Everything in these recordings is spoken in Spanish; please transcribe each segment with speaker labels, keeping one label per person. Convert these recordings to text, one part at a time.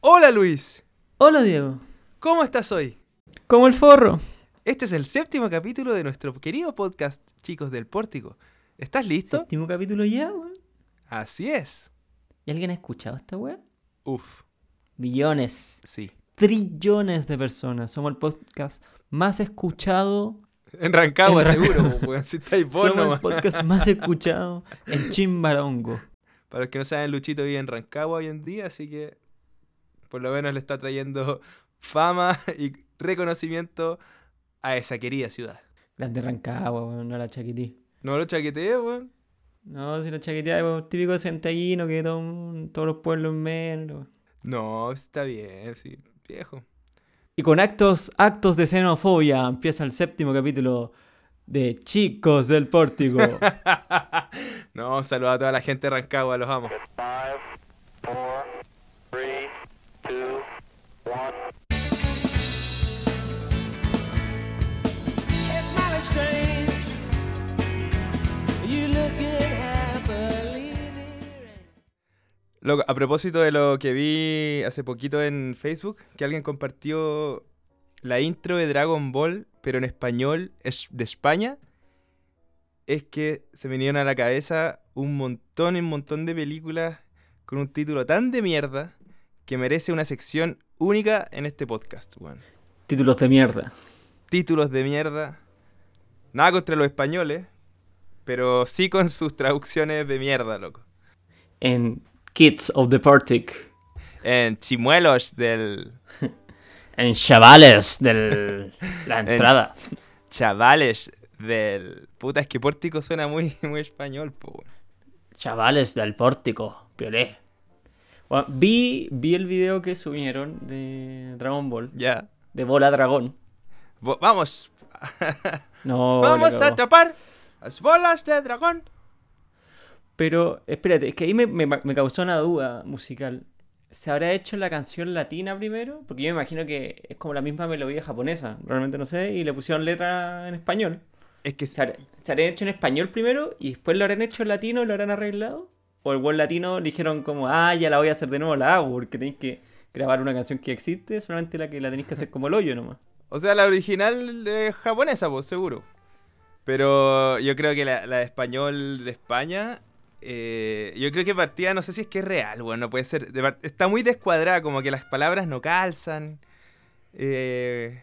Speaker 1: Hola Luis,
Speaker 2: Hola Diego,
Speaker 1: ¿cómo estás hoy?
Speaker 2: como el forro.
Speaker 1: Este es el séptimo capítulo de nuestro querido podcast Chicos del Pórtico. ¿Estás listo?
Speaker 2: Séptimo capítulo ya, weón.
Speaker 1: Así es.
Speaker 2: ¿Y alguien ha escuchado esta weá?
Speaker 1: Uf,
Speaker 2: Millones,
Speaker 1: sí.
Speaker 2: trillones de personas. Somos el podcast más escuchado.
Speaker 1: En Rancagua
Speaker 2: En Rancagua.
Speaker 1: seguro, po, weón, si estáis vos
Speaker 2: Somos el
Speaker 1: nomás.
Speaker 2: podcast más escuchado en Chimbarongo.
Speaker 1: Para los que no saben, Luchito vive en Rancagua hoy en día, así que por lo menos le está trayendo fama y reconocimiento a esa querida ciudad.
Speaker 2: Grande Rancagua, weón, no la chaquití.
Speaker 1: No lo chaqueteé, weón.
Speaker 2: No, si la chaquití, weón, típico centallino que todo- todos los pueblos menos. weón.
Speaker 1: No, está bien, sí, viejo.
Speaker 2: Y con actos, actos de xenofobia empieza el séptimo capítulo de Chicos del Pórtico.
Speaker 1: No, saludos a toda la gente de Rancagua, los amo.
Speaker 3: Five, four, three, two, one.
Speaker 1: Loco, a propósito de lo que vi hace poquito en Facebook, que alguien compartió la intro de Dragon Ball, pero en español es de España, es que se me vinieron a la cabeza un montón y un montón de películas con un título tan de mierda que merece una sección única en este podcast, weón.
Speaker 2: Títulos de mierda.
Speaker 1: Títulos de mierda. Nada contra los españoles, pero sí con sus traducciones de mierda, loco.
Speaker 2: En Kids of the Pórtico.
Speaker 1: En chimuelos del
Speaker 2: En chavales de la entrada.
Speaker 1: chavales del. Puta, es que pórtico suena muy, muy español, po. weón.
Speaker 2: Chavales del pórtico. Piolé. Bueno, vi, vi el video que subieron de Dragon Ball.
Speaker 1: Ya.
Speaker 2: De Bola Dragón.
Speaker 1: Vo- Vamos.
Speaker 2: No.
Speaker 1: Vamos
Speaker 2: la
Speaker 1: a
Speaker 2: cagó.
Speaker 1: atrapar las bolas de dragón.
Speaker 2: Pero espérate, es que ahí me, me- me causó una duda musical. ¿Se habrá hecho la canción latina primero? Porque yo me imagino que es como la misma melodía japonesa. Realmente no sé. Y le pusieron letra en español.
Speaker 1: Es que
Speaker 2: ¿Se, habrá- se habrán hecho en español primero y después lo habrán hecho en latino y lo habrán arreglado? ¿O el buen latino le dijeron como, ah, ya la voy a hacer de nuevo, la hago, porque tenéis que grabar una canción que existe, solamente la que la tenéis que hacer como el hoyo nomás?
Speaker 1: O sea, la original eh, japonesa, pues, seguro. Pero yo creo que la, la de español de España. eh, yo creo que partía, no sé si es que es real, bueno, no puede ser. de par- está muy descuadrada, como que las palabras no calzan. Eh,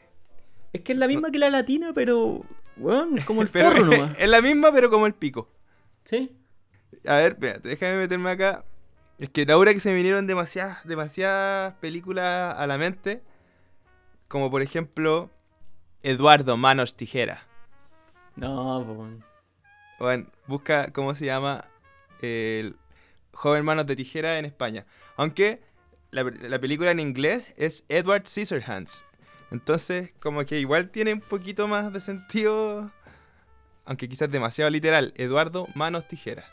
Speaker 2: Es que es la misma que la latina, pero, bueno, como el
Speaker 1: pero
Speaker 2: forro nomás.
Speaker 1: es la misma, pero como el pico.
Speaker 2: ¿Sí?
Speaker 1: A ver, espérate, déjame meterme acá. Es que ahora que se me vinieron demasiadas, demasiadas películas a la mente. Como por ejemplo, Eduardo Manos Tijera.
Speaker 2: No, pues.
Speaker 1: Bueno, busca cómo se llama el joven Manos de Tijera en España. Aunque la, la película en inglés es Edward Scissorhands. Entonces, como que igual tiene un poquito más de sentido. Aunque quizás demasiado literal. Eduardo Manos Tijera.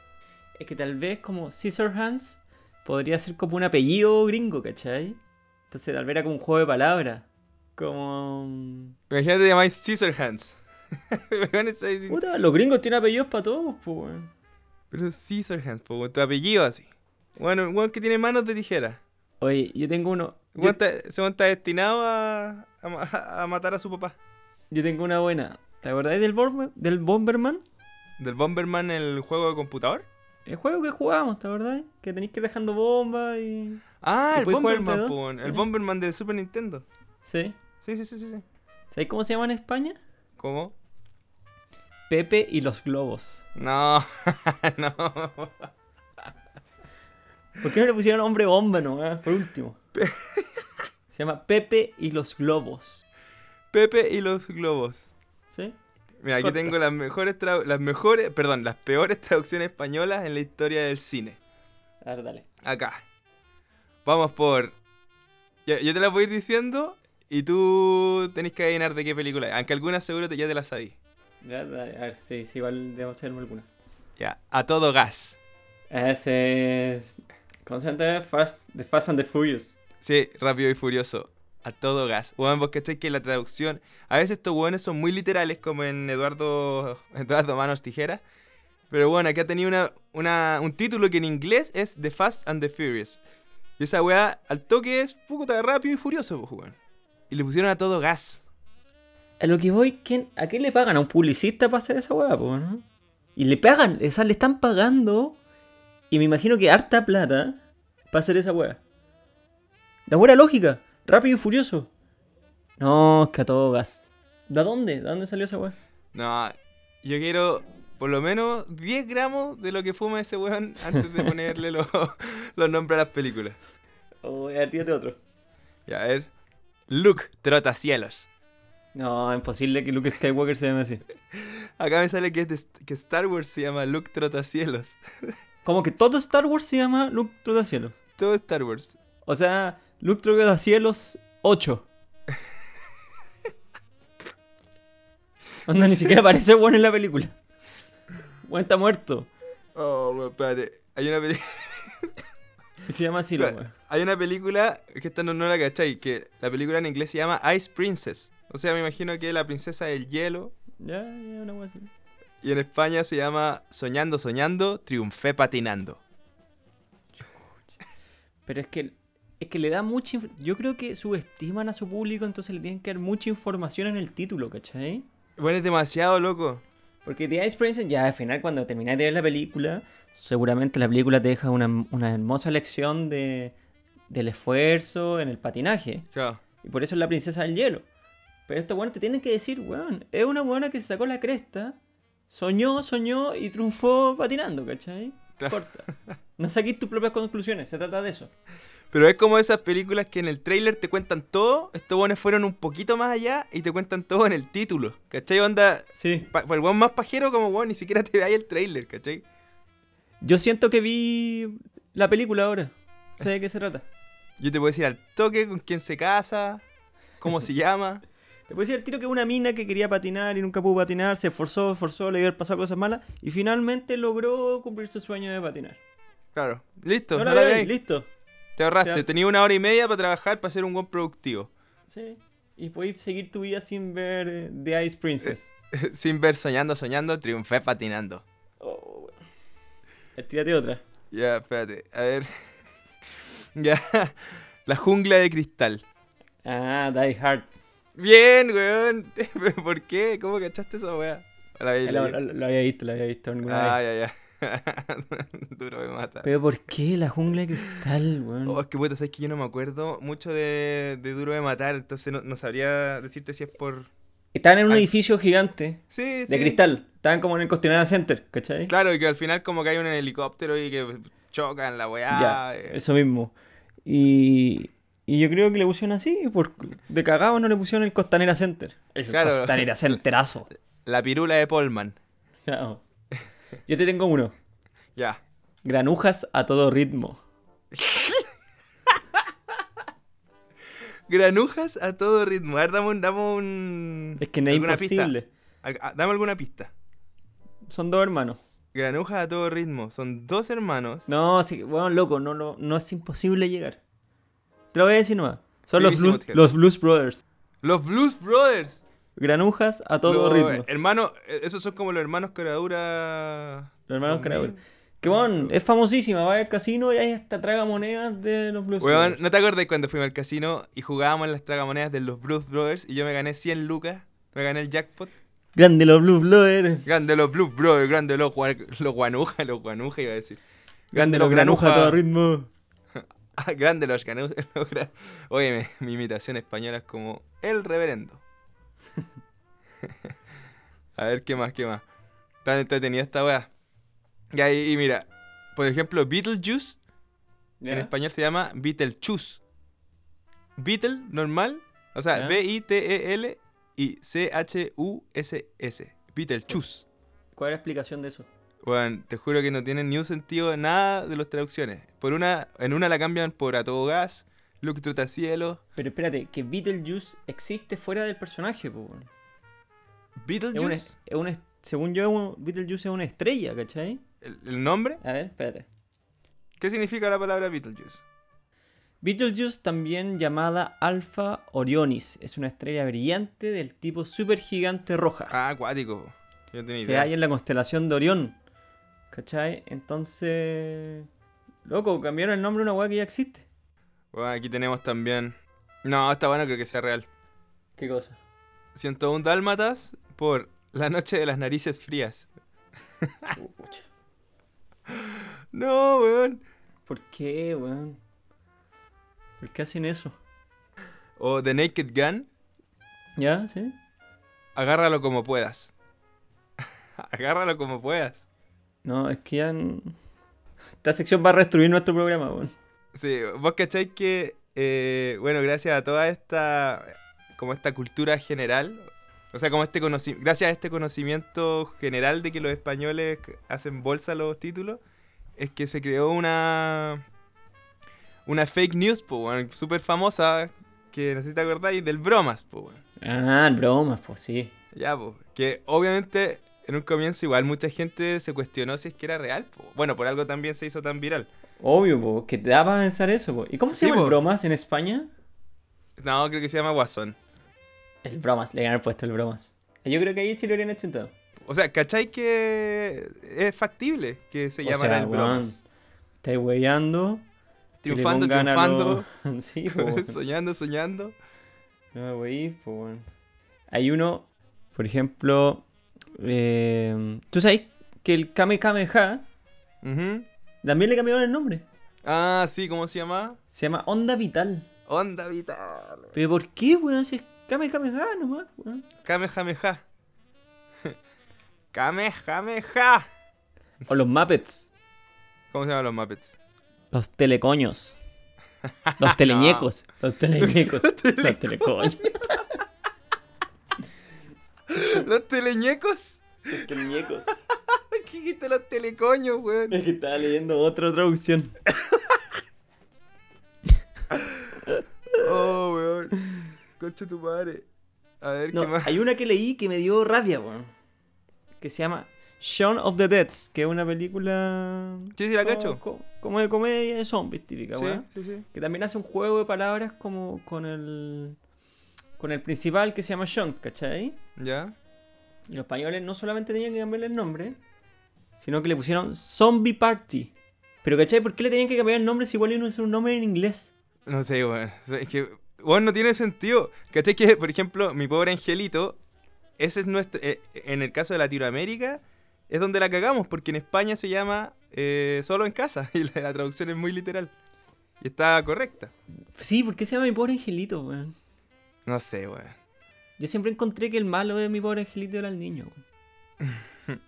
Speaker 2: Es que tal vez como Hands podría ser como un apellido gringo, ¿cachai? Entonces tal vez era como un juego de palabras. Como... mm,
Speaker 1: Imagínate, te llamáis Scissorhands. Weón, eso es-
Speaker 2: Puta, los gringos tienen apellidos para todos, pues, weón.
Speaker 1: Pero Scissorhands, po, weón, tu apellido así. Bueno, un weón que tiene manos de tijera.
Speaker 2: Oye, yo tengo uno.
Speaker 1: El
Speaker 2: Yo,
Speaker 1: weón está- Ese weón está destinado a, a ma- a matar a su papá.
Speaker 2: yo tengo una buena. ¿Te acordáis del, Bomber- del Bomberman?
Speaker 1: ¿Del Bomberman el juego de computador?
Speaker 2: El juego que jugábamos, ¿te acordáis? Que tenéis que ir dejando bombas y.
Speaker 1: Ah,
Speaker 2: ¿Y
Speaker 1: el
Speaker 2: puedes jugar entre
Speaker 1: Bomberman,
Speaker 2: dos?
Speaker 1: po, weón, el
Speaker 2: Sí.
Speaker 1: Bomberman del Super Nintendo.
Speaker 2: Sí.
Speaker 1: Sí, sí, sí, sí. sí.
Speaker 2: ¿Sabéis cómo se llama en España?
Speaker 1: ¿Cómo?
Speaker 2: Pepe y los globos.
Speaker 1: No, no.
Speaker 2: ¿Por qué no le pusieron hombre bomba nomás? Por último. se llama Pepe y los globos.
Speaker 1: Pepe y los globos.
Speaker 2: ¿Sí?
Speaker 1: Mira, aquí
Speaker 2: Corta.
Speaker 1: tengo las mejores, trau- las mejores, perdón, las peores traducciones españolas en la historia del cine.
Speaker 2: A ver, dale.
Speaker 1: acá. Vamos por. Yo, yo te las voy a ir diciendo y tú tenés que adivinar de qué película es. Aunque algunas seguro te- ya te las sabí.
Speaker 2: Ya, dale. A ver, sí, sí, igual debemos hacerme alguna.
Speaker 1: Ya, a todo gas.
Speaker 2: Ese es. ¿Cómo se llama? Fast, the Fast and the Furious.
Speaker 1: Sí, rápido y furioso. A todo gas. Bueno, vos cachai que la traducción. A veces estos hueones son muy literales, como en Eduardo, Eduardo Manos Tijeras. Pero bueno, acá tenía una, una- un título que en inglés es The Fast and the Furious. Y esa weá al toque es puta rápido y furioso, pues, weón. Y le pusieron a todo gas.
Speaker 2: A lo que voy, ¿quién, ¿a qué le pagan? ¿A un publicista para hacer esa weá, po, no? Y le pagan, o sea, le están pagando. Y me imagino que harta plata para hacer esa weá. La buena lógica, rápido y furioso. No, es que a todo gas. ¿De dónde? ¿De dónde salió esa weá?
Speaker 1: No, yo quiero por lo menos 10 gramos de lo que fuma ese weón antes de ponerle los- los nombres a las películas.
Speaker 2: O a ver, tírate otro.
Speaker 1: Ya, a ver. Luke, trotacielos.
Speaker 2: No, imposible que Luke Skywalker se llame así.
Speaker 1: Acá me sale que, es de St- que Star Wars se llama Luke Trotacielos.
Speaker 2: Como que todo Star Wars se llama Luke Trotacielos.
Speaker 1: Todo Star Wars.
Speaker 2: O sea, Luke Trotacielos 8. Onda, ni siquiera aparece bueno en la película. Bueno, está muerto.
Speaker 1: Oh, weón, espérate. Hay una, peli-
Speaker 2: Y se llama así la wea.
Speaker 1: Hay una película que esta no, no la cachai. Que la película en inglés se llama Ice Princess. O sea, me imagino que la princesa del hielo.
Speaker 2: Ya, ya, una wea así.
Speaker 1: Y en España se llama Soñando, soñando, triunfé patinando.
Speaker 2: Pero es que, es que le da mucha. inf- Yo creo que subestiman a su público, entonces le tienen que dar mucha información en el título, ¿cachai?
Speaker 1: Bueno, es demasiado loco.
Speaker 2: Porque The Ice Princess, ya al final, cuando termináis de ver la película, seguramente la película te deja una, una hermosa lección de, del esfuerzo en el patinaje.
Speaker 1: Claro.
Speaker 2: Y por eso es la princesa del hielo. Pero esto, bueno, te tienen que decir, weón, es una buena que se sacó la cresta, soñó, soñó y triunfó patinando, ¿cachai?
Speaker 1: Claro.
Speaker 2: Corta. No saquís tus propias conclusiones, se trata de eso.
Speaker 1: Pero es como esas películas que en el trailer te cuentan todo. Estos buenos fueron un poquito más allá y te cuentan todo en el título. ¿Cachai? Onda,
Speaker 2: Sí.
Speaker 1: Pa- Para el weón más pajero, como weón, ni siquiera te veáis el trailer, ¿cachai?
Speaker 2: Yo siento que vi la película ahora. Sé de qué se trata.
Speaker 1: Yo te puedo decir al toque con quién se casa, cómo se llama.
Speaker 2: Te puedo decir el tiro que una mina que quería patinar y nunca pudo patinar, se esforzó, esforzó, le dio pasado cosas malas y finalmente logró cumplir su sueño de patinar.
Speaker 1: Claro, listo,
Speaker 2: No,
Speaker 1: no,
Speaker 2: la
Speaker 1: la
Speaker 2: veáis,
Speaker 1: veáis.
Speaker 2: listo.
Speaker 1: Te ahorraste,
Speaker 2: Ya.
Speaker 1: tenía una hora y media para trabajar, para ser un buen productivo.
Speaker 2: Sí. Y podéis seguir tu vida sin ver eh, The Ice Princess.
Speaker 1: Sin ver soñando, soñando, triunfé patinando.
Speaker 2: Oh, weón. Eh, Tírate otra.
Speaker 1: Ya, espérate, a ver. ya, la jungla de cristal.
Speaker 2: Ah, Die Hard.
Speaker 1: Bien, weón. ¿Por qué? ¿Cómo cachaste esa weá? La veí,
Speaker 2: Lo,
Speaker 1: la-
Speaker 2: lo- lo había visto, lo había visto alguna
Speaker 1: Ah,
Speaker 2: vez.
Speaker 1: ya, ya. Duro me mata.
Speaker 2: Pero ¿por qué la jungla de cristal, weón?
Speaker 1: Oh, es que puta, sabes que yo no me acuerdo mucho de, de Duro de Matar, entonces no, no sabría decirte si es por.
Speaker 2: Estaban en un
Speaker 1: Ay.
Speaker 2: edificio gigante
Speaker 1: Sí, sí.
Speaker 2: de cristal. Estaban como en el Costanera Center, ¿cachai?
Speaker 1: Claro, y que al final como que hay un helicóptero y que chocan la weá.
Speaker 2: Ya,
Speaker 1: eh.
Speaker 2: eso mismo. Y, y yo creo que le pusieron así, por, de cagado no le pusieron el Costanera Center. El
Speaker 1: Claro.
Speaker 2: Costanera Centerazo.
Speaker 1: La pirula de Polman.
Speaker 2: Claro. Yo te tengo uno.
Speaker 1: Ya.
Speaker 2: Granujas a todo ritmo.
Speaker 1: Granujas a todo ritmo. A ver, dame un. Dame un...
Speaker 2: Es que no es
Speaker 1: alguna pista.
Speaker 2: imposible.
Speaker 1: Al- ah, Dame alguna pista.
Speaker 2: Son dos hermanos.
Speaker 1: Granujas a todo ritmo. Son dos hermanos.
Speaker 2: No, así que, bueno, loco, no, no, no es imposible llegar. Te lo voy a decir nomás. Son los
Speaker 1: Vivísimo
Speaker 2: Blues,
Speaker 1: objeto.
Speaker 2: los Blues Brothers.
Speaker 1: Los Blues Brothers.
Speaker 2: Granujas a todo
Speaker 1: Los
Speaker 2: ritmo.
Speaker 1: Hermanos. eh, Esos son como los hermanos Caradura.
Speaker 2: Los
Speaker 1: También.
Speaker 2: hermanos Carabel. Que bueno, es famosísima. Va al casino y hay hasta traga monedas de los Blues
Speaker 1: Weón,
Speaker 2: Brothers.
Speaker 1: ¿no te acordás cuando fuimos al casino y jugábamos las tragamonedas de los Blues Brothers y yo me gané 100 lucas? Me gané el jackpot.
Speaker 2: Grande los Blues Brothers.
Speaker 1: Grande los Blues Brothers, grande los, guan- los guanujas, los guanujas iba a decir.
Speaker 2: Grande los granujas a todo ritmo.
Speaker 1: Ah, grande los granujas. los gra- Oye, mi, mi imitación española es como el reverendo. a ver, ¿qué más, qué más? Tan entretenida esta weá. Ya, Y ahí, mira, por ejemplo, Beetlejuice En español se llama Beetlejuice. Beetle, normal. O sea,
Speaker 2: Ya.
Speaker 1: B-I-T-E-L y C-H-U-S-S. Beetlejuice.
Speaker 2: ¿Cuál es la explicación de eso?
Speaker 1: Bueno, te juro que no tiene ni un sentido nada de las traducciones. Por una, en una la cambian por a todo gas, Luke Trotacielos.
Speaker 2: Pero espérate, que Beetlejuice existe fuera del personaje, po. weón. Es una,
Speaker 1: Beetlejuice,
Speaker 2: es una- según yo, es un- Beetlejuice es una estrella, ¿cachai?
Speaker 1: el, el nombre.
Speaker 2: A ver, espérate.
Speaker 1: ¿Qué significa la palabra Beetlejuice?
Speaker 2: Beetlejuice, también llamada Alpha Orionis, es una estrella brillante del tipo supergigante roja.
Speaker 1: Ah, acuático. po. Yo no tenía
Speaker 2: se
Speaker 1: idea.
Speaker 2: halla en la constelación de Orión. ¿Cachai? Entonces. Loco, cambiaron el nombre de una weá que ya existe.
Speaker 1: Bueno, aquí tenemos también. No, está bueno, creo que sea real.
Speaker 2: ¿Qué cosa?
Speaker 1: 101 Dálmatas por La Noche de las Narices Frías.
Speaker 2: Pucha.
Speaker 1: No, weón.
Speaker 2: ¿Por qué, weón? ¿Por qué hacen eso?
Speaker 1: O The Naked Gun,
Speaker 2: ¿Ya? ¿Sí?
Speaker 1: agárralo como puedas. agárralo como puedas.
Speaker 2: No, es que ya. n- Esta sección va a destruir nuestro programa, weón.
Speaker 1: Sí, vos cacháis que, eh, bueno, gracias a toda esta, como esta cultura general, o sea, como este conoci- gracias a este conocimiento general de que los españoles c- hacen bolsa los títulos, es que se creó una, una fake news, pues, súper famosa, que no sé si te acordáis, del bromas, pues,
Speaker 2: Ah, bromas, pues sí.
Speaker 1: ya, pues, que obviamente en un comienzo igual mucha gente se cuestionó si es que era real, po. bueno, por algo también se hizo tan viral.
Speaker 2: Obvio, po, que te da para pensar eso, po. ¿Y cómo se
Speaker 1: Sí,
Speaker 2: llama el
Speaker 1: po.
Speaker 2: bromas en España?
Speaker 1: No, creo que se llama Guasón.
Speaker 2: El bromas, le ganan puesto el bromas. Yo creo que ahí sí lo habrían chuntado.
Speaker 1: O sea, ¿cachai que es factible que se
Speaker 2: O
Speaker 1: llamara
Speaker 2: sea,
Speaker 1: el
Speaker 2: weón,
Speaker 1: bromas?
Speaker 2: Estáis weyando. que le
Speaker 1: Triunfando,
Speaker 2: pongan a
Speaker 1: triunfando,
Speaker 2: lo- Sí, po. weón.
Speaker 1: soñando, soñando.
Speaker 2: No me weís, po, weón. Hay uno, por ejemplo. eh, ¿Tú sabes que el Kame Kameha
Speaker 1: Ujú.
Speaker 2: también le cambiaron el nombre?
Speaker 1: Ah, sí, ¿cómo se llama?
Speaker 2: Se llama Onda Vital.
Speaker 1: Onda Vital.
Speaker 2: ¿Pero por qué, weón? Si es Kame Kameha nomás, weón.
Speaker 1: Kamehameha. Kamehameha.
Speaker 2: O los Muppets.
Speaker 1: ¿Cómo se llaman los Muppets?
Speaker 2: Los telecoños. Los teleñecos. Los teleñecos. los telecoños.
Speaker 1: ¿Los teleñecos?
Speaker 2: Los teleñecos.
Speaker 1: ¿Por ¿Qué dijiste los telecoños, weón?
Speaker 2: Es que estaba leyendo otra traducción.
Speaker 1: Oh, weón. Concha tu madre. A ver,
Speaker 2: No,
Speaker 1: ¿qué más?
Speaker 2: hay una que leí que me dio rabia, weón. Que se llama Shaun of the Dead, que es una película.
Speaker 1: Sí, sí, la
Speaker 2: como-
Speaker 1: cacho.
Speaker 2: co- Como de comedia de zombies típica,
Speaker 1: Sí,
Speaker 2: weón.
Speaker 1: sí, sí.
Speaker 2: Que también hace un juego de palabras como con el. con el principal que se llama Shaun, ¿cachai?
Speaker 1: ¿Ya?
Speaker 2: Y los españoles no solamente tenían que cambiarle el nombre, sino que le pusieron Zombie Party. Pero ¿cachai? ¿Por qué le tenían que cambiar el nombre si igual no es un nombre en inglés?
Speaker 1: No sé, weón. Es que, weón, no tiene sentido. ¿Cachai que, por ejemplo, mi pobre angelito, ese es nuestro. eh, en el caso de Latinoamérica, es donde la cagamos, porque en España se llama eh, solo en casa y la, la traducción es muy literal. Y está correcta.
Speaker 2: Sí, ¿por qué se llama Mi Pobre Angelito, weón?
Speaker 1: No sé, weón.
Speaker 2: Yo siempre encontré que el malo de Mi Pobre Angelito era el niño, weón.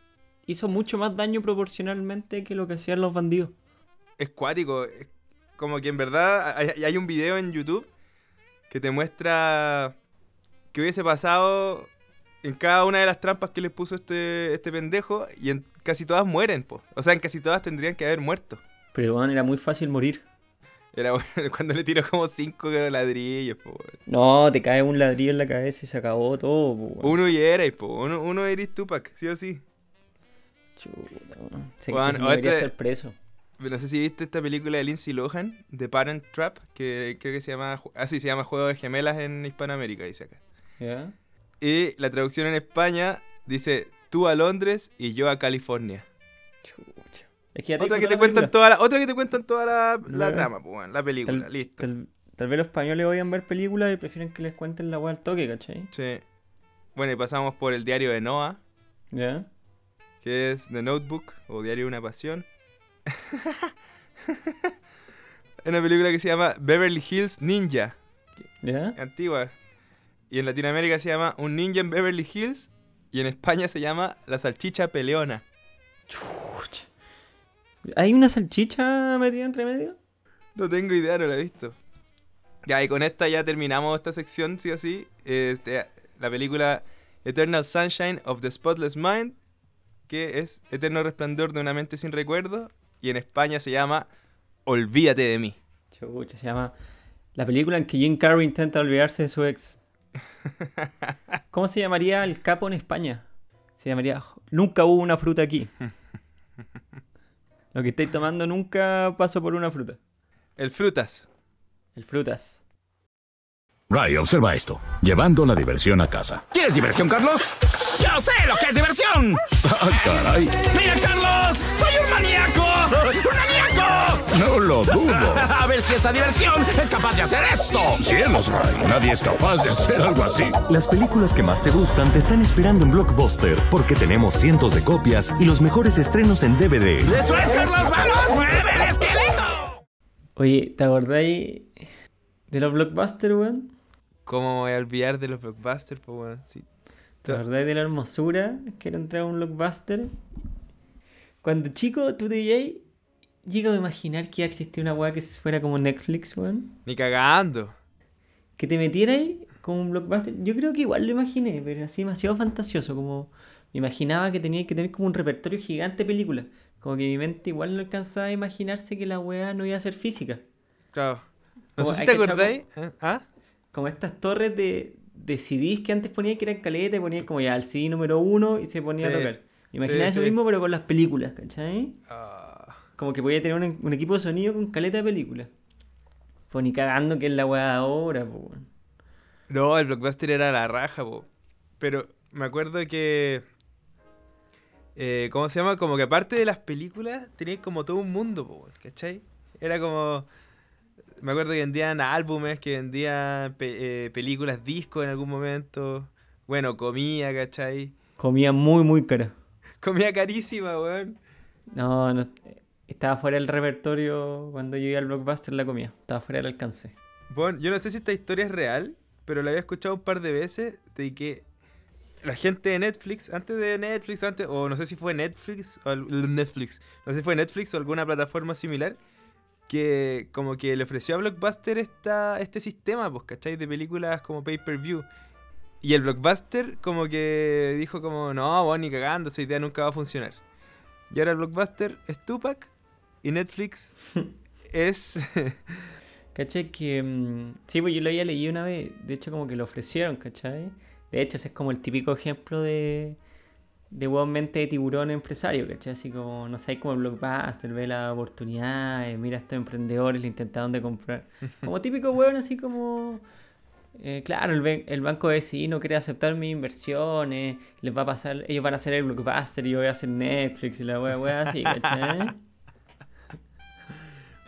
Speaker 2: Hizo mucho más daño proporcionalmente que lo que hacían los bandidos.
Speaker 1: Es cuático. es como que en verdad hay, hay un video en YouTube que te muestra qué hubiese pasado en cada una de las trampas que les puso este, este pendejo y en casi todas mueren, po. O sea, en casi todas tendrían que haber muerto.
Speaker 2: Pero, weón, era muy fácil morir.
Speaker 1: Era bueno, cuando le tiró como cinco ladrillos, po. weón.
Speaker 2: No, te cae un ladrillo en la cabeza y se acabó todo, po, weón.
Speaker 1: Uno y eres, po. Uno, uno eres Tupac, sí o sí.
Speaker 2: Chuta, weón. este Sé
Speaker 1: Weón,
Speaker 2: que no debería
Speaker 1: oeste-
Speaker 2: estar preso.
Speaker 1: No sé si viste esta película de Lindsay Lohan, The Parent Trap, que creo que se llama... ju- Ah, sí, se llama Juego de Gemelas en Hispanoamérica, dice acá.
Speaker 2: ¿Ya?
Speaker 1: Y la traducción en España dice, tú a Londres y yo a California.
Speaker 2: Chucha. Es que ya
Speaker 1: Otra que,
Speaker 2: digo
Speaker 1: te
Speaker 2: toda la película.
Speaker 1: cuentan toda la, otra que te cuentan toda la, la
Speaker 2: Ya.
Speaker 1: trama, po, weón, la película,
Speaker 2: Tal-
Speaker 1: listo.
Speaker 2: Tal, tal vez los españoles odian ver películas y prefieren que les cuenten la weá al toque, ¿cachai?
Speaker 1: Sí. Bueno, y pasamos por el diario de Noah,
Speaker 2: Ya.
Speaker 1: que es The Notebook o Diario de una Pasión. una película que se llama Beverly Hills Ninja,
Speaker 2: ¿Ya?
Speaker 1: antigua. Y en Latinoamérica se llama Un Ninja en Beverly Hills. Y en España se llama La Salchicha Peleona.
Speaker 2: Chucha. ¿Hay una salchicha metida entre medio?
Speaker 1: No tengo idea, no la he visto. Ya, y con esta ya terminamos esta sección, sí o sí. Este, la película Eternal Sunshine of the Spotless Mind, que es Eterno Resplandor de una mente sin recuerdo, y en España se llama Olvídate de mí.
Speaker 2: Chucha, se llama la película en que Jim Carrey intenta olvidarse de su ex. ¿Cómo se llamaría el capo en España? Se llamaría Nunca hubo una fruta aquí. Lo que estáis tomando nunca pasó por una fruta.
Speaker 1: El Frutas.
Speaker 2: El frutas.
Speaker 4: Ray, observa esto. Llevando la diversión a casa.
Speaker 5: ¿Quieres diversión, Carlos? ¡Yo sé lo que es diversión!
Speaker 4: ¡Ah, caray!
Speaker 5: ¡Mira, Carlos! ¡Soy un maníaco! ¡Un maníaco!
Speaker 4: No lo dudo.
Speaker 5: A ver si esa diversión es capaz de hacer esto.
Speaker 4: Cielos, Ray. Nadie es capaz de hacer algo así.
Speaker 6: Las películas que más te gustan te están esperando en Blockbuster porque tenemos cientos de copias y los mejores estrenos en DVD.
Speaker 5: ¡Eso es, Carlos! ¡Vamos! ¡Mueve el esqueleto!
Speaker 2: Oye, ¿te acordáis de los blockbusters, weón?
Speaker 1: ¿Cómo me voy a olvidar de los blockbusters? Pues bueno, sí.
Speaker 2: ¿Te acordáis de la hermosura que era entrar a un blockbuster? Cuando chico, tú DJ, llega a imaginar que iba a existir una weá que fuera como Netflix, weón.
Speaker 1: Ni cagando.
Speaker 2: que te metiera ahí como un blockbuster. Yo creo que igual lo imaginé, pero así demasiado fantasioso. Como me imaginaba que tenía que tener como un repertorio gigante de películas. Como que mi mente igual no alcanzaba a imaginarse que la weá no iba a ser física.
Speaker 1: Claro. No
Speaker 2: Como
Speaker 1: sé
Speaker 2: hay
Speaker 1: si te
Speaker 2: que echar-
Speaker 1: acordáis. ¿eh? ¿Ah?
Speaker 2: Como estas torres de, de CDs que antes ponía que eran caleta y ponía como ya el CD número uno y se ponía
Speaker 1: Sí.
Speaker 2: a tocar. Me imaginaba
Speaker 1: Sí,
Speaker 2: eso
Speaker 1: sí.
Speaker 2: mismo, pero con las películas, ¿cachai?
Speaker 1: Ah.
Speaker 2: Como que podía tener un, un equipo de sonido con caleta de películas. Pues ni cagando que es la weá de ahora, po. weón.
Speaker 1: No, el blockbuster era la raja, po. Pero me acuerdo que. eh, ¿Cómo se llama? Como que aparte de las películas, tenías como todo un mundo, po, ¿cachai? Era como. Me acuerdo que vendían álbumes, que vendían pe- eh, películas, discos en algún momento. Bueno, comía, ¿cachai?
Speaker 2: Comía muy, muy cara.
Speaker 1: Comía carísima, weón.
Speaker 2: No, no. Estaba fuera del repertorio cuando yo iba al blockbuster la comida. Estaba fuera del alcance.
Speaker 1: Bueno, yo no sé si esta historia es real, pero la había escuchado un par de veces de que la gente de Netflix, antes de Netflix, antes, o no sé si fue Netflix o al- Netflix, no sé si fue Netflix o alguna plataforma similar, que como que le ofreció a Blockbuster esta, este sistema, pues, ¿cachai? De películas como pay-per-view. Y el Blockbuster como que dijo como, no, bueno, ni cagando, esa idea nunca va a funcionar. Y ahora el Blockbuster es Tupac y Netflix es...
Speaker 2: ¿Cachai? Que. mm, sí, pues yo lo había leído una vez. De hecho, como que lo ofrecieron, ¿cachai? De hecho, ese es como el típico ejemplo de. De buen mente de tiburón empresario, ¿cachai? Así como, no sé, como el blockbuster, ve las oportunidades, mira a estos emprendedores, le intentaron de comprar. Como típico weón, así como. eh, claro, el, ben- el banco de SI no quiere aceptar mis inversiones, les va a pasar, ellos van a hacer el blockbuster y yo voy a hacer Netflix y la wea, wea así, ¿cachai?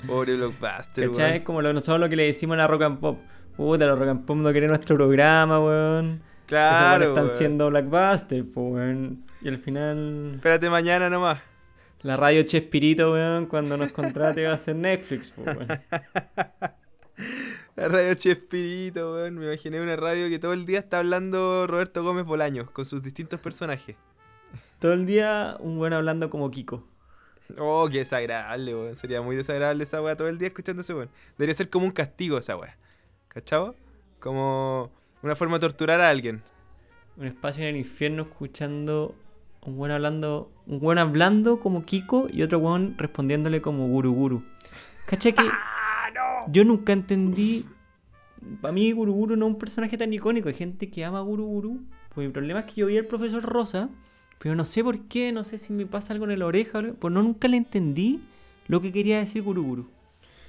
Speaker 1: Pobre Blockbuster,
Speaker 2: ¿Cachai?
Speaker 1: weón.
Speaker 2: Es como lo- nosotros lo que le decimos a la rock and pop. Puta, los rock and pop no quieren nuestro programa, weón. Esos weones
Speaker 1: Claro,
Speaker 2: están
Speaker 1: weón.
Speaker 2: siendo blackbuster, po, weón. Y al final,
Speaker 1: Espérate mañana nomás.
Speaker 2: la radio Chespirito, weón, cuando nos contrate va a ser Netflix, po, weón.
Speaker 1: La radio Chespirito, weón. Me imaginé una radio que todo el día está hablando Roberto Gómez Bolaños con sus distintos personajes.
Speaker 2: Todo el día un weón hablando como Kiko.
Speaker 1: Oh, qué desagradable, weón. Sería muy desagradable esa weá todo el día escuchándose, weón. Debería ser como un castigo esa weá. ¿Cachao? Como una forma de torturar a alguien.
Speaker 2: Un espacio en el infierno escuchando un weón hablando, un weón hablando como Kiko y otro weón respondiéndole como Guru Guru. ¿Cachai que yo nunca entendí Para mí Guru Guru no es un personaje tan icónico. Hay gente que ama a Guru Guru. Pues mi problema es que yo vi al profesor Rosa, pero no sé por qué, no sé si me pasa algo en la oreja, bro, pues no, nunca le entendí lo que quería decir Guru Guru.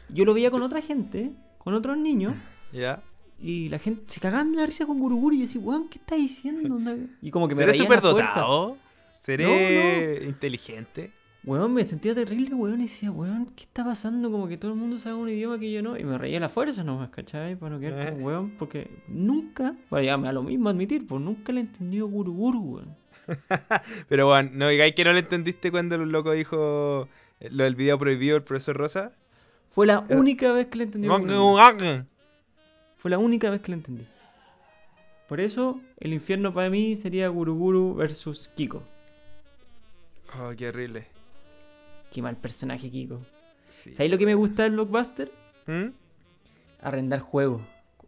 Speaker 2: Yo lo veía con otra gente, con otros niños,
Speaker 1: ¿Ya?
Speaker 2: y la gente se cagaban de la risa con Guru Guru y yo decía, weón, ¿qué está diciendo? Onda?" Y como que me
Speaker 1: ¿Seré
Speaker 2: reía a la fuerza.
Speaker 1: superdotado? ¿Seré inteligente?
Speaker 2: Weón, me sentía terrible, weón, y decía, weón, ¿qué está pasando? Como que todo el mundo sabe un idioma que yo no. Y me reía a la fuerza nomás, ¿cachai? Para no quedar como weón, porque nunca, bueno, ya me da lo mismo admitir, pues nunca le he entendido guru guru, weón.
Speaker 1: Pero bueno, no digáis que no lo entendiste cuando el loco dijo eh, lo del video prohibido del profesor Rosa.
Speaker 2: Fue la única vez que le entendí guru guru. Fue la única vez que le entendí. Por eso, el infierno para mí sería guru guru versus Kiko.
Speaker 1: Oh, qué horrible.
Speaker 2: Qué mal personaje, Kiko.
Speaker 1: Sí.
Speaker 2: ¿Sabéis lo que me gusta del blockbuster?
Speaker 1: ¿Mm?
Speaker 2: Arrendar juegos.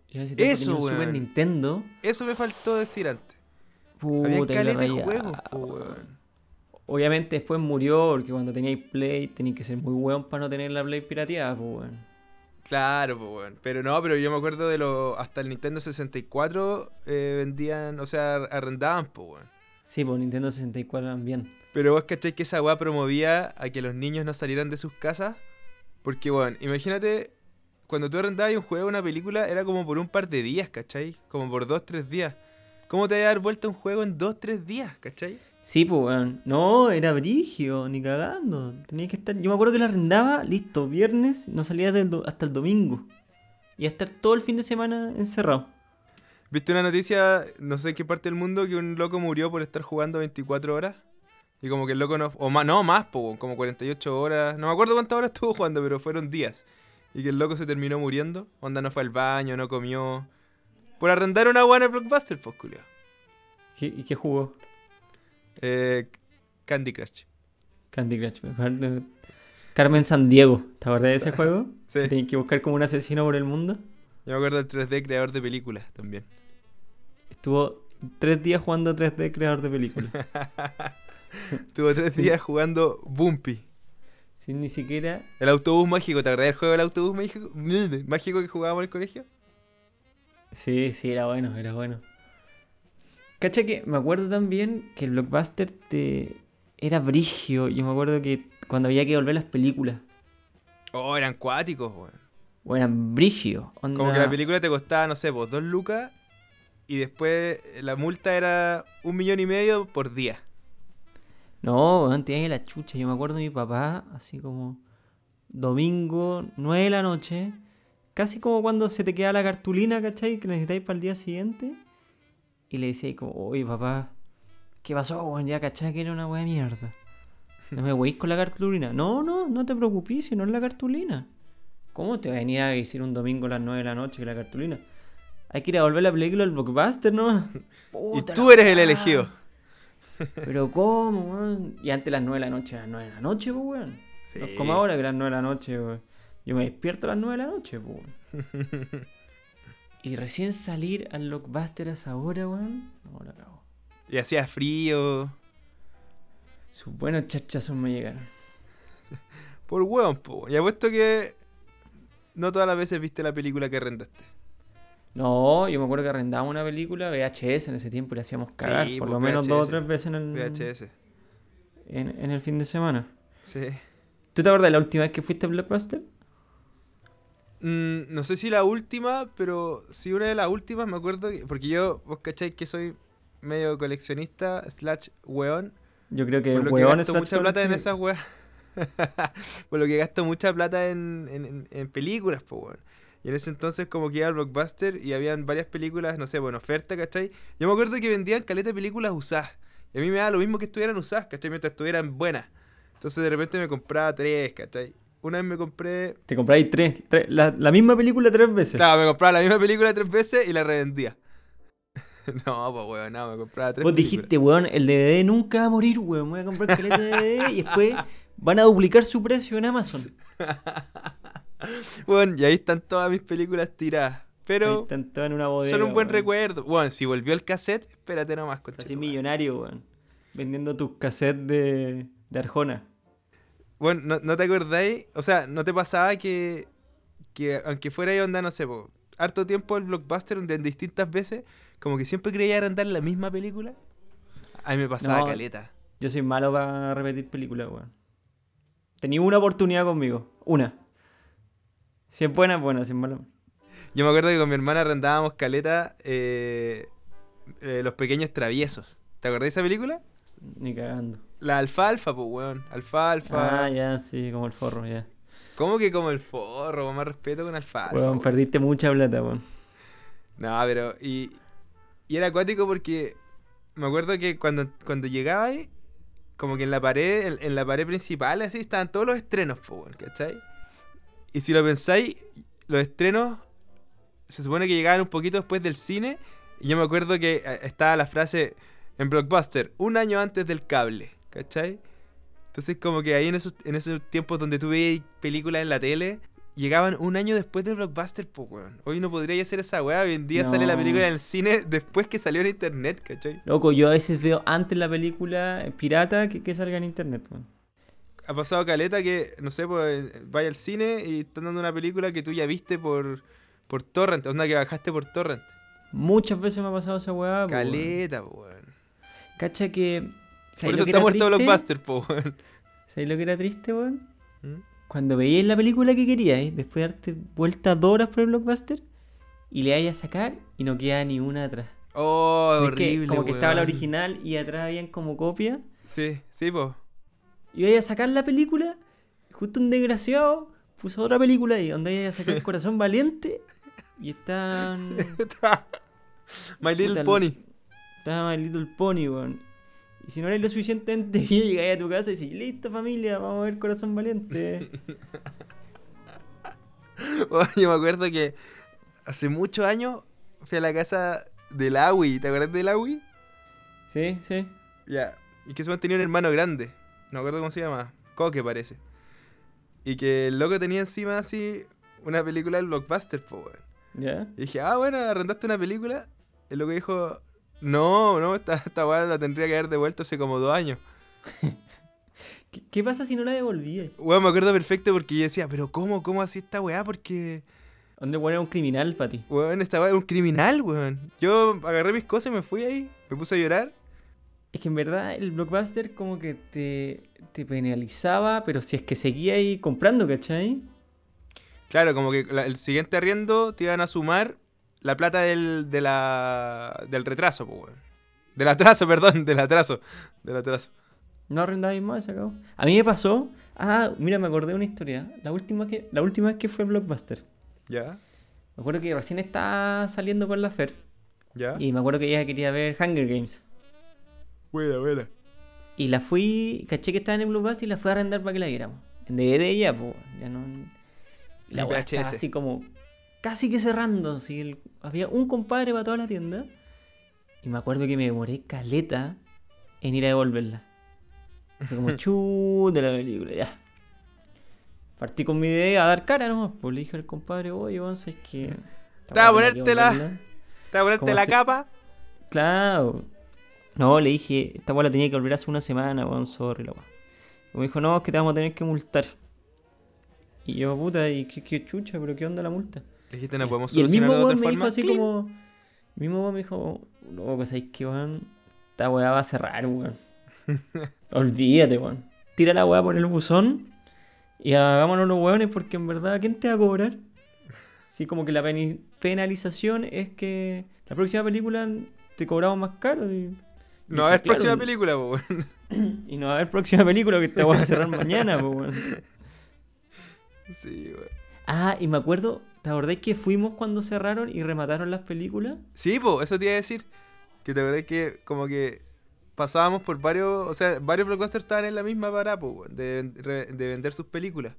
Speaker 2: Yo en ese tiempo
Speaker 1: Eso,
Speaker 2: tenía un Super
Speaker 1: weón.
Speaker 2: Nintendo.
Speaker 1: Eso me faltó decir antes. Había
Speaker 2: Puta, que le
Speaker 1: caleta de
Speaker 2: reía.
Speaker 1: juegos, po, weón.
Speaker 2: Obviamente después murió, porque cuando teníais Play teníais que ser muy weón para no tener la Play pirateada, pues weón.
Speaker 1: Claro, po, weón. Pero no, pero yo me acuerdo de lo. Hasta el Nintendo 64 eh, vendían, o sea, ar- arrendaban, po, weón.
Speaker 2: Sí, pues Nintendo 64 también.
Speaker 1: Pero vos cachai que esa weá promovía a que los niños no salieran de sus casas. Porque, weón, imagínate, cuando tú arrendabas un juego, una película, era como por un par de días, ¿cachai? Como por dos, tres días. ¿Cómo te vas a dar vuelta un juego en dos, tres días, cachai?
Speaker 2: Sí, pues, weón. No, era brigio, ni cagando. Tenía que estar. Yo me acuerdo que la arrendaba, listo, viernes, no salía del do- hasta el domingo. Y a estar todo el fin de semana encerrado.
Speaker 1: ¿Viste una noticia, no sé en qué parte del mundo, que un loco murió por estar jugando 24 horas? Y como que el loco no... O más, no, más, po, como 48 horas. No me acuerdo cuántas horas estuvo jugando, pero fueron días. Y que el loco se terminó muriendo. Onda no fue al baño, no comió. Por arrendar una buena en el Blockbuster, pues, culiao.
Speaker 2: ¿Qué- ¿Y qué jugó?
Speaker 1: Eh, Candy Crush.
Speaker 2: Candy Crush. me acuerdo. Carmen San Diego, ¿te acuerdas de ese juego?
Speaker 1: Sí.
Speaker 2: Tienes que buscar como un asesino por el mundo.
Speaker 1: Yo me acuerdo del 3D creador de películas también.
Speaker 2: Estuvo tres días jugando 3D creador de películas.
Speaker 1: Estuvo tres días jugando Bumpy.
Speaker 2: sin ni siquiera.
Speaker 1: El autobús mágico, ¿te acordás del juego del autobús mágico? Mágico que jugábamos en el colegio.
Speaker 2: Sí, sí, era bueno, era bueno. Cacha que me acuerdo también que el blockbuster te... era brigio. Yo me acuerdo que cuando había que volver las películas.
Speaker 1: Oh, eran cuáticos, weón.
Speaker 2: O eran brigio. onda-
Speaker 1: Como que la película te costaba, no sé, pues dos lucas. Y después eh, la multa era un millón y medio por día.
Speaker 2: No, weón, te iba a ir a la chucha. Yo me acuerdo de mi papá, así como domingo, 9 de la noche, casi como cuando se te queda la cartulina, ¿cachai? Que necesitáis para el día siguiente. Y le decía ahí como, oye papá, ¿qué pasó, weón? Ya, ¿cachai? Que era una weá de mierda. No me weís con la cartulina. No, no, no te preocupes, si no es la cartulina. ¿Cómo te va a venir a decir un domingo a las 9 de la noche que la cartulina? Hay que ir a volver la película al blockbuster, ¿no?
Speaker 1: Y tú eres el elegido.
Speaker 2: Pero ¿cómo, weón? Y antes las 9 de la noche, a las 9 de la noche, pues, weón. No es como ahora que a las 9 de la noche, weón. Yo me despierto a las 9 de la noche, pues, weón. Y recién salir al Lockbuster a esa hora, weón. No, la cago.
Speaker 1: Y hacía frío.
Speaker 2: Sus buenos chachazos me llegaron.
Speaker 1: Por weón, po. Y apuesto que no todas las veces viste la película que rentaste.
Speaker 2: No, yo me acuerdo que arrendaba una película VHS en ese tiempo y la hacíamos cagar
Speaker 1: Sí,
Speaker 2: por
Speaker 1: pues,
Speaker 2: lo menos dos o
Speaker 1: VHS.
Speaker 2: tres veces en el,
Speaker 1: VHS.
Speaker 2: En, en el fin de semana.
Speaker 1: Sí.
Speaker 2: ¿Tú te acuerdas de la última vez que fuiste a Blockbuster?
Speaker 1: Mm, no sé si la última, pero sí una de las últimas, me acuerdo. que- porque yo, vos cacháis que soy medio coleccionista, slash weón.
Speaker 2: Yo creo que
Speaker 1: Por lo que
Speaker 2: huevones
Speaker 1: gasto mucha plata en esas weas. por lo que gasto mucha plata en, en- en- en películas, po, weón. Y en ese entonces como que iba al Blockbuster y habían varias películas, no sé, bueno, oferta, ¿cachai? Yo me acuerdo que vendían caleta de películas usadas. Y a mí me daba lo mismo que estuvieran usadas, ¿cachai? Mientras estuvieran buenas. Entonces de repente me compraba tres, ¿cachai? Una vez me compré...
Speaker 2: Te compráis tres, tres- la, la misma película tres veces.
Speaker 1: Claro, me compraba la misma película tres veces y la revendía. no, pues, weón, no, me compraba tres
Speaker 2: Vos
Speaker 1: películas.
Speaker 2: dijiste, weón, el DVD nunca va a morir, weón. Me Voy a comprar caleta de DVD y después van a duplicar su precio en Amazon.
Speaker 1: Weón, y ahí están todas mis películas tiradas.
Speaker 2: Ahí
Speaker 1: Pero...
Speaker 2: están todas en una bodega.
Speaker 1: Solo un buen
Speaker 2: weón.
Speaker 1: recuerdo. Bueno, si volvió el cassette, espérate nomás, concha tu
Speaker 2: Así
Speaker 1: madre.
Speaker 2: millonario, weón. Vendiendo tus cassettes de, de Arjona.
Speaker 1: Bueno, ¿no, no te acordáis? O sea, ¿no te pasaba que, que aunque fuera ahí onda, no sé, po, harto tiempo el blockbuster donde en distintas veces, como que siempre creía andar la misma película? A mí me pasaba
Speaker 2: No.
Speaker 1: caleta.
Speaker 2: Yo soy malo para repetir películas, weón. Tenía una oportunidad conmigo. Una. Si es buena, es buena. Si es mala.
Speaker 1: Yo me acuerdo que con mi hermana arrendábamos caleta eh, eh, Los Pequeños Traviesos. ¿Te acordáis de esa película?
Speaker 2: Ni cagando.
Speaker 1: La alfalfa, pues, weón. Alfalfa.
Speaker 2: Ah, ya, sí, como el forro, ya.
Speaker 1: ¿Cómo que como el forro? Con Más respeto con alfalfa.
Speaker 2: Weón,
Speaker 1: weón.
Speaker 2: perdiste mucha plata, weón.
Speaker 1: No, pero. Y, y era acuático porque. Me acuerdo que cuando, cuando llegaba ahí. Como que en la pared. En, en la pared principal, así, estaban todos los estrenos, po, weón, ¿cachai? Y si lo pensáis, los estrenos. Se supone que llegaban un poquito después del cine. Y yo me acuerdo que eh, estaba la frase. En Blockbuster, un año antes del cable, ¿cachai? Entonces, como que ahí en esos, en esos tiempos donde tú veías películas en la tele, llegaban un año después del blockbuster, po, weón. Hoy no podría ya hacer esa weá, hoy en día sale la
Speaker 2: No.
Speaker 1: película en el cine después que salió en internet, ¿cachai?
Speaker 2: Loco, yo a veces veo antes la película pirata que, que salga en internet, weón.
Speaker 1: Ha pasado caleta que, no sé, pues vaya al cine y están dando una película que tú ya viste por, por torrent, onda que bajaste por torrent.
Speaker 2: Ah, Muchas veces me ha pasado esa weá, po, weón.
Speaker 1: Caleta, po, weón.
Speaker 2: Cacha que.
Speaker 1: Por
Speaker 2: ¿sabes
Speaker 1: eso
Speaker 2: lo que
Speaker 1: está
Speaker 2: era
Speaker 1: muerto
Speaker 2: triste?
Speaker 1: blockbuster, po, weón.
Speaker 2: ¿Sabes lo que era triste, weón?
Speaker 1: ¿Mm?
Speaker 2: Cuando veías la película que querías, ¿eh? después de darte vueltas dos horas por el blockbuster, y le vayas a sacar y no queda ni una atrás.
Speaker 1: Oh,
Speaker 2: Es que
Speaker 1: horrible.
Speaker 2: como que estaba la
Speaker 1: weón.
Speaker 2: original y atrás habían como copia.
Speaker 1: Sí, sí, po.
Speaker 2: Y iba a sacar la película, y justo un desgraciado puso otra película ahí, donde iba a sacar el corazón valiente. Y están.
Speaker 1: My Little
Speaker 2: Puta,
Speaker 1: Pony.
Speaker 2: Estaba My Little Pony, weón. Y si no eres lo suficientemente bien, llegáis a tu casa y decís, listo familia, vamos a ver Corazón Valiente.
Speaker 1: Weón, Oh, Yo me acuerdo que hace muchos años fui a la casa del Awi. ¿Te acuerdas del Awi?
Speaker 2: sí, sí.
Speaker 1: Ya. Y que supongo tenía un hermano grande. No me acuerdo cómo se llama. Coque parece. Y que el loco tenía encima así una película del blockbuster, po, weón.
Speaker 2: ¿Ya?
Speaker 1: Y dije, ah, bueno, arrendaste una película. El loco dijo, no, no, esta, esta weá la tendría que haber devuelto hace como dos años.
Speaker 2: ¿Qué, qué pasa si no la devolvías?
Speaker 1: Weón, me acuerdo perfecto porque yo decía, pero ¿cómo, cómo así esta weá? Porque,
Speaker 2: ¿Dónde weón era un criminal para ti?
Speaker 1: weón, esta weá es un criminal, weón. Yo agarré mis cosas y me fui ahí. Me puse a llorar.
Speaker 2: Es que en verdad el blockbuster como que te, te penalizaba, pero si es que seguía ahí comprando, ¿cachai?
Speaker 1: Claro, como que la- el siguiente arriendo te iban a sumar la plata del, de la, del retraso, pues, weón. Del atraso, perdón, del atraso. Del atraso.
Speaker 2: No arrendabais más, se acabó. A mí me pasó. Ah, mira, me acordé de una historia. La última que, la última vez que fue Blockbuster.
Speaker 1: ¿Ya?
Speaker 2: Me acuerdo que recién estaba saliendo con la Fer.
Speaker 1: ¿Ya?
Speaker 2: Y me acuerdo que ella quería ver Hunger Games.
Speaker 1: Buena, buena.
Speaker 2: Y la fui, caché que estaba en el Blockbuster y la fui a arrendar para que la viéramos. En DVD ya, pues. Ya no. La
Speaker 1: En
Speaker 2: weá estaba
Speaker 1: VHS.
Speaker 2: así como. Casi que cerrando. Así, el- había un compadre para toda la tienda. Y me acuerdo que me demoré caleta en ir a devolverla. Fue como chu de la película, ya. Partí con mi idea a dar cara nomás. Pues le dije al compadre, oye, vos, es que. esta
Speaker 1: Te va a
Speaker 2: weá tengo que
Speaker 1: ponértela.
Speaker 2: devolverla".
Speaker 1: Te voy a ponerte
Speaker 2: ¿Cómo
Speaker 1: la
Speaker 2: se-
Speaker 1: capa.
Speaker 2: Claro. No, le dije, esta bola tenía que volver hace una semana, weón, sorry, la weá. Y me dijo, no, es que te vamos a tener que multar. Y yo, puta, y qué, qué chucha, pero qué onda la multa.
Speaker 1: Le dijiste, no podemos
Speaker 2: y el mismo
Speaker 1: solucionarlo de otra
Speaker 2: weón me dijo
Speaker 1: forma.
Speaker 2: así
Speaker 1: ¡Cling!
Speaker 2: como. El mismo weón me dijo, loco, ¿sabes qué, weón? Esta weá va a cerrar, weón. Olvídate, weón. Tira la weá por el buzón y hagámonos los weones porque en verdad, ¿quién te va a cobrar? Sí, como que la peni- penalización es que la próxima película te cobramos más caro y,
Speaker 1: No, es
Speaker 2: Claro.
Speaker 1: próxima película, po, weón.
Speaker 2: y no va a haber próxima película que te voy a cerrar mañana, po, weón.
Speaker 1: Sí, weón.
Speaker 2: Ah, y me acuerdo, ¿te acordáis que fuimos cuando cerraron y remataron las películas?
Speaker 1: Sí, po, eso te iba a decir. Que te acordás que como que pasábamos por varios, o sea, varios blockbusters estaban en la misma parada, po, weón, de, ven- re- de vender sus películas.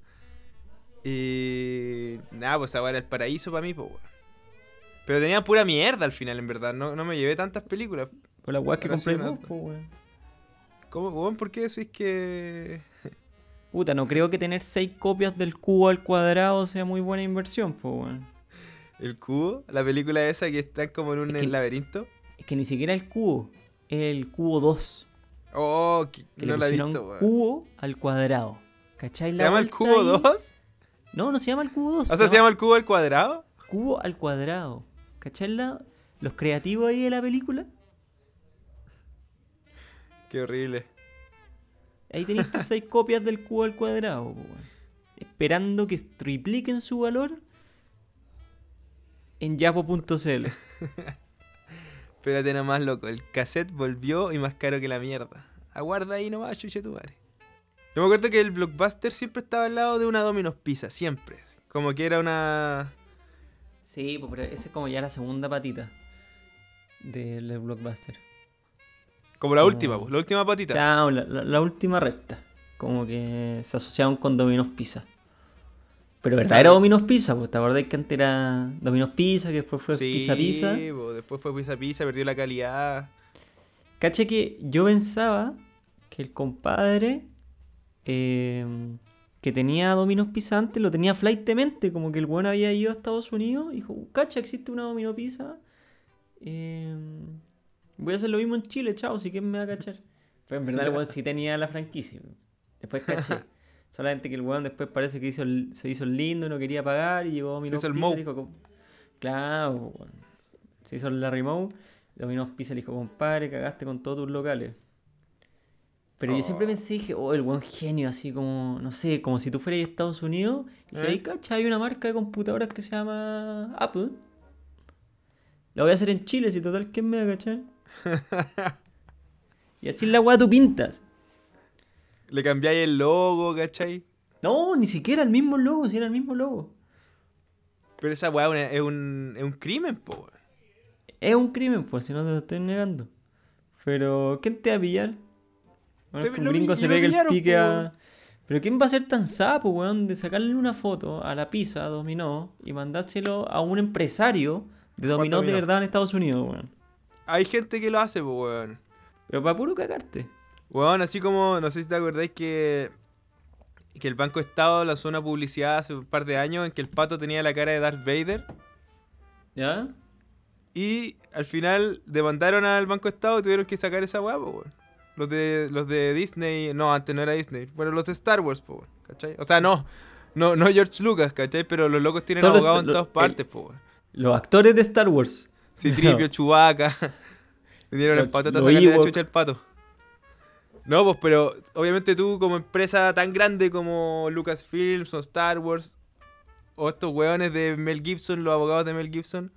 Speaker 1: Y nada, pues ahora el paraíso para mí, po, weón. Pero tenía pura mierda al final, en verdad. No, no me llevé tantas películas.
Speaker 2: Por las weas que
Speaker 1: Ahora sí,
Speaker 2: compré vos,
Speaker 1: nada.
Speaker 2: po, weón.
Speaker 1: ¿Cómo, weón? ¿Por qué decís que...?
Speaker 2: Puta, no creo que tener seis copias del cubo al cuadrado sea muy buena inversión, po, weón.
Speaker 1: El cubo, la película esa que está como en un
Speaker 2: Es que-
Speaker 1: laberinto.
Speaker 2: Es que ni siquiera el cubo, es el cubo 2.
Speaker 1: Oh, que-
Speaker 2: Que
Speaker 1: no
Speaker 2: le
Speaker 1: la he
Speaker 2: pusieron
Speaker 1: visto, weón.
Speaker 2: cubo al cuadrado. ¿Cachai?
Speaker 1: ¿Se
Speaker 2: La
Speaker 1: llama el
Speaker 2: vuelta
Speaker 1: cubo
Speaker 2: ahí-
Speaker 1: 2?
Speaker 2: No, no se llama el cubo 2.
Speaker 1: O sea, ¿se llama el cubo al cuadrado?
Speaker 2: cubo al cuadrado. ¿Cachai? la- Los creativos ahí de la película.
Speaker 1: Qué horrible.
Speaker 2: Ahí tenéis tus seis copias del cubo al cuadrado, po, weón. Esperando que tripliquen su valor en yapo.cl.
Speaker 1: Espérate nomás, loco. El cassette volvió y más caro que la mierda. Aguarda ahí nomás, chuche tu madre. Yo me acuerdo que el blockbuster siempre estaba al lado de una Domino's Pizza, siempre. así. Como que era una.
Speaker 2: Sí, po, pero esa es como ya la segunda patita del blockbuster.
Speaker 1: Como la
Speaker 2: Como-
Speaker 1: última, pues, la última patita.
Speaker 2: Claro, la, la- la última recta. Como que se asociaban con Dominos Pizza. Pero verdad era
Speaker 1: Claro.
Speaker 2: Dominos Pizza, pues te acordás que antes era Dominos Pizza, que después fue
Speaker 1: sí,
Speaker 2: Pizza Pizza.
Speaker 1: po, después fue Pizza Pizza, perdió la calidad.
Speaker 2: Caché que yo pensaba que el compadre eh, que tenía Dominos Pizza antes lo tenía flightemente, como que el weón había ido a Estados Unidos y dijo, cacha, existe una Domino Pizza. eh, voy a hacer lo mismo en Chile, chao, si quién me va a cachar. Pero en verdad el weón sí tenía la franquicia. Después caché. Solamente que el weón después parece que hizo el- se hizo el lindo, no quería pagar y llegó a Domino's
Speaker 1: hizo el
Speaker 2: Pizza y
Speaker 1: Moe.
Speaker 2: dijo, como- claro, weón. Se hizo el Larry Moe. Dominos Pizza le dijo, compadre, cagaste con todos tus locales. Pero yo siempre pensé, dije, oh, el buen genio, así como, no sé, como si tú fueras de Estados Unidos. Y dije,
Speaker 1: ¿Eh?
Speaker 2: "Ay, cacha, hay una marca de computadoras que se llama Apple. La voy a hacer en Chile, si total, ¿quién me va a cachar? y así la weá tú pintas.
Speaker 1: Le cambiáis el logo, ¿cachai?
Speaker 2: No, ni siquiera el mismo logo, si era el mismo logo.
Speaker 1: Pero esa weá es una- es un, es un crimen, po. weón.
Speaker 2: Es un crimen, pues si no te lo estoy negando. Pero, ¿quién te va a pillar? Bueno,
Speaker 1: Te-
Speaker 2: es que un
Speaker 1: lo
Speaker 2: gringo
Speaker 1: pi-
Speaker 2: se
Speaker 1: lo
Speaker 2: pega el
Speaker 1: pillaron,
Speaker 2: pique
Speaker 1: po,
Speaker 2: a.
Speaker 1: weón.
Speaker 2: Pero ¿quién va a ser tan sapo, weón, de sacarle una foto a la pizza dominó y mandárselo a un empresario de dominó, de
Speaker 1: Dominó?
Speaker 2: verdad en Estados Unidos, weón?
Speaker 1: Hay gente que lo hace, po, weón.
Speaker 2: Pero para puro cagarte.
Speaker 1: Weón, así como, no sé si te acordáis que, que el Banco Estado lanzó una publicidad hace un par de años en que el pato tenía la cara de Darth Vader
Speaker 2: ¿Ya?
Speaker 1: y al final demandaron al Banco Estado y tuvieron que sacar esa weá, po, weón. Los de, los de Disney, no, antes no era Disney, bueno, los de Star Wars, po, weón, ¿cachai? O sea, no, no, no George Lucas, ¿cachai? Pero los locos tienen
Speaker 2: Todos los-
Speaker 1: abogados en
Speaker 2: lo-
Speaker 1: todas
Speaker 2: el-
Speaker 1: partes, po, weón.
Speaker 2: Los actores de Star Wars.
Speaker 1: Citripio, Chubaca. Vinieron
Speaker 2: Lo-
Speaker 1: las patatas
Speaker 2: lo
Speaker 1: a sacarle la
Speaker 2: Ewok.
Speaker 1: chucha al pato. No, pues, pero obviamente tú, como empresa tan grande como Lucasfilms o Star Wars, o estos weones de Mel Gibson, los abogados de Mel Gibson,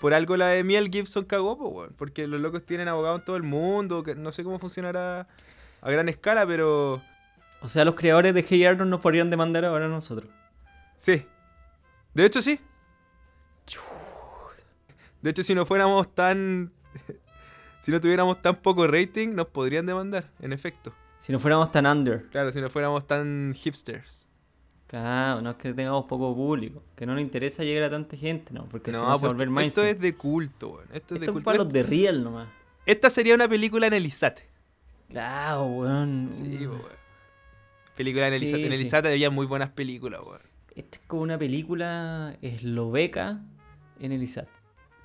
Speaker 1: por algo la de Mel Gibson cagó, pues, weón. Porque los locos tienen abogados en todo el mundo, que no sé cómo funcionará a gran escala, pero
Speaker 2: O sea, los creadores de Hey Arnold nos podrían demandar ahora a nosotros.
Speaker 1: sí. De hecho, sí. De hecho, si no fuéramos tan. si no tuviéramos tan poco rating, nos podrían demandar, en efecto.
Speaker 2: Si no fuéramos tan under.
Speaker 1: Claro, si no fuéramos tan hipsters.
Speaker 2: Claro, no es que tengamos poco público. Que no nos interesa llegar a tanta gente, no. Porque
Speaker 1: No,
Speaker 2: si no se va
Speaker 1: pues,
Speaker 2: a volver
Speaker 1: esto
Speaker 2: mindset.
Speaker 1: es de culto, weón. Esto es de
Speaker 2: Esto es
Speaker 1: culto.
Speaker 2: para los de Riel nomás.
Speaker 1: Esta sería una película en Elizate.
Speaker 2: Claro, weón. Mm.
Speaker 1: Sí, po, weón. Película en
Speaker 2: Sí,
Speaker 1: Elizate. en
Speaker 2: sí.
Speaker 1: Elizate había muy buenas películas, weón.
Speaker 2: Esta Este es como una película esloveca en el ISAT.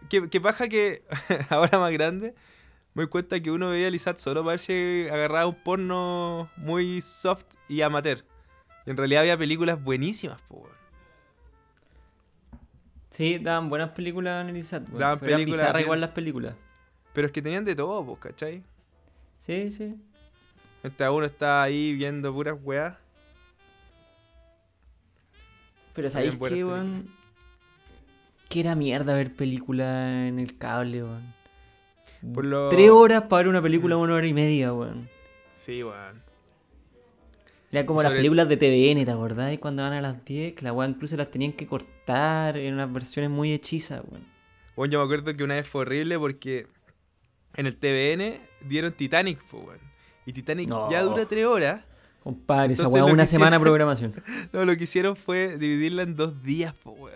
Speaker 1: Que, que baja que ahora más grande me doy cuenta que uno veía Elizate solo para ver si agarraba un porno muy soft y amateur. Y en realidad había películas buenísimas, po, weón.
Speaker 2: Sí, daban buenas películas en el ISAT. weón,
Speaker 1: Daban
Speaker 2: pero eran
Speaker 1: películas
Speaker 2: bizarras
Speaker 1: bien-
Speaker 2: igual las películas.
Speaker 1: Pero es que tenían de todo, po, ¿cachai?
Speaker 2: Sí, sí.
Speaker 1: Mientras uno está ahí viendo puras weas.
Speaker 2: Pero ¿sabéis
Speaker 1: buenas
Speaker 2: qué, weón? Que era mierda ver película en el cable, weón.
Speaker 1: Por lo...
Speaker 2: Tres horas para ver una película, una hora y media, weón.
Speaker 1: Sí, weón.
Speaker 2: Era como las
Speaker 1: Sobre-
Speaker 2: películas de TVN, ¿te acordás? Cuando van a las 10, que la weón incluso las tenían que cortar en unas versiones muy hechizas, weón.
Speaker 1: Bueno, yo me acuerdo que una vez fue horrible porque en el TVN dieron Titanic, po, weón. Y Titanic
Speaker 2: No.
Speaker 1: ya dura tres horas.
Speaker 2: Compadre, esa
Speaker 1: Entonces,
Speaker 2: weá
Speaker 1: lo
Speaker 2: una
Speaker 1: que
Speaker 2: semana
Speaker 1: hicieron-
Speaker 2: de programación.
Speaker 1: No, lo que hicieron fue dividirla en dos días, po, weón.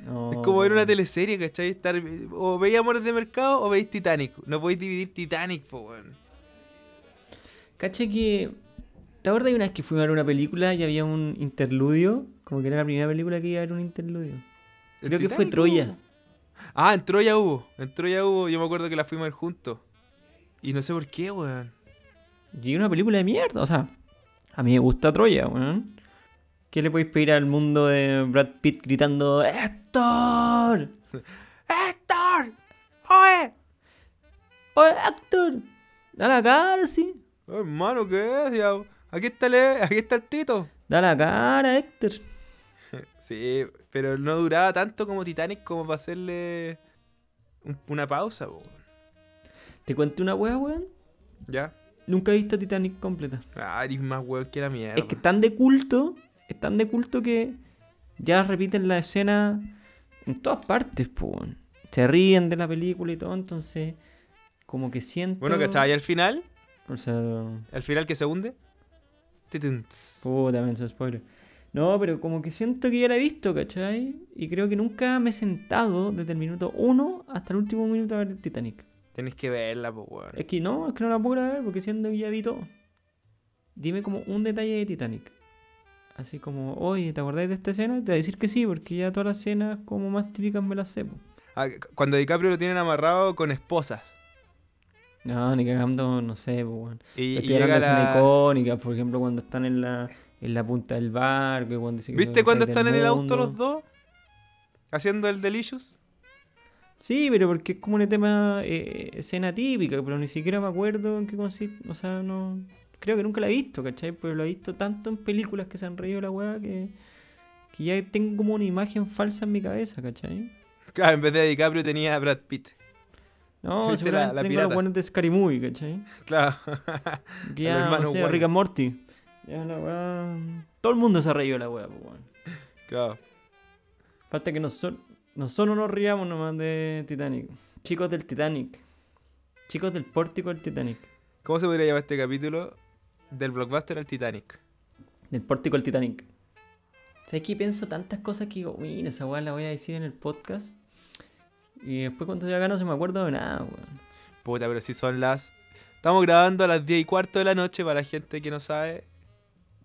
Speaker 2: No,
Speaker 1: Es como ver una
Speaker 2: Oh, weón.
Speaker 1: teleserie, ¿cachai? Estar... O veis Amores de Mercado o veis Titanic. No podéis dividir Titanic, po, weón.
Speaker 2: Cacha que. ¿Te acuerdas de una vez que fuimos a ver una película y había un interludio? Como que era la primera película que iba a haber un interludio.
Speaker 1: ¿El
Speaker 2: Creo que fue
Speaker 1: Titanic
Speaker 2: Troya.
Speaker 1: hubo? Ah, en Troya hubo. En Troya hubo. Yo me acuerdo que la fuimos a ver juntos. Y no sé por qué, weón.
Speaker 2: Y una película de mierda. O sea, a mí me gusta Troya, weón. ¿Qué le podéis pedir al mundo de Brad Pitt gritando ¡Héctor!
Speaker 1: ¡Héctor! ¡Oye!
Speaker 2: ¡Oye, ¡Oh, Héctor! ¡Da la cara, sí!
Speaker 1: Oh, Hermano, ¿qué es? ya? Aquí está el, aquí está el Tito.
Speaker 2: ¡Da la cara, Héctor!
Speaker 1: Sí, pero no duraba tanto como Titanic como para hacerle un- una pausa, po.
Speaker 2: ¿Te cuento una weá, weón?
Speaker 1: ¿Ya?
Speaker 2: Nunca he visto Titanic completa.
Speaker 1: Ah, eres más weón que la mierda.
Speaker 2: Es que están de culto, están de culto que ya repiten la escena en todas partes, pues. weón. Se ríen de la película y todo, entonces como que siento...
Speaker 1: Bueno, ¿cachai? Y al final,
Speaker 2: O sea,
Speaker 1: al final que se hunde. titun, tss.
Speaker 2: puta, menso spoiler. No, pero como que siento que ya la he visto, ¿cachai? Y creo que nunca me he sentado desde el minuto 1 hasta el último minuto a ver el Titanic.
Speaker 1: Tenés que verla, po, weón.
Speaker 2: Es que no, es que no la puedo grabar porque siendo que ya vi todo. Dime como un detalle de Titanic. Así como, oye, ¿te acordáis de esta escena? Te voy a decir que sí, porque ya todas las escenas como más típicas me las sé. po.
Speaker 1: Ah, c- cuando DiCaprio lo tienen amarrado con esposas.
Speaker 2: No, ni cagando, no sé, po, weón.
Speaker 1: Y, y
Speaker 2: Estoy
Speaker 1: llega
Speaker 2: hablando de escenas
Speaker 1: la...
Speaker 2: icónicas, por ejemplo, cuando están en la, en la punta del barco. y Cuando dicen que son
Speaker 1: ¿Viste cuando
Speaker 2: reyes del
Speaker 1: están en el
Speaker 2: mundo.
Speaker 1: auto los dos? Haciendo el delicious.
Speaker 2: Sí, pero porque es como un tema, eh, escena típica, pero ni siquiera me acuerdo en qué consiste. O sea, no. Creo que nunca la he visto, ¿cachai? Pero la he visto tanto en películas que se han reído la weá que, que ya tengo como una imagen falsa en mi cabeza, ¿cachai?
Speaker 1: Claro, en vez de DiCaprio tenía a Brad Pitt.
Speaker 2: No,
Speaker 1: Viste la-
Speaker 2: seguramente
Speaker 1: la
Speaker 2: tengo
Speaker 1: pirata.
Speaker 2: los buenos de Scary Movie, ¿cachai?
Speaker 1: Claro.
Speaker 2: Que
Speaker 1: Al
Speaker 2: ya,
Speaker 1: hermano
Speaker 2: no sé,
Speaker 1: Wallace.
Speaker 2: Rick and Morty. Ya, la weá. Todo el mundo se ha reído de la weá, pues, weón.
Speaker 1: claro.
Speaker 2: Falta que nosotros, nosotros nos riamos nomás de Titanic. Chicos del Titanic. Chicos del pórtico del Titanic.
Speaker 1: ¿Cómo se podría llamar este capítulo? Del blockbuster al Titanic.
Speaker 2: Del pórtico del Titanic. ¿Sabes que pienso tantas cosas que digo, uy, esa weá la voy a decir en el podcast? Y después cuando estoy acá no se me acuerdo de nada, weón.
Speaker 1: Puta, pero si son las. Estamos grabando a las 10 y cuarto de la noche para la gente que no sabe.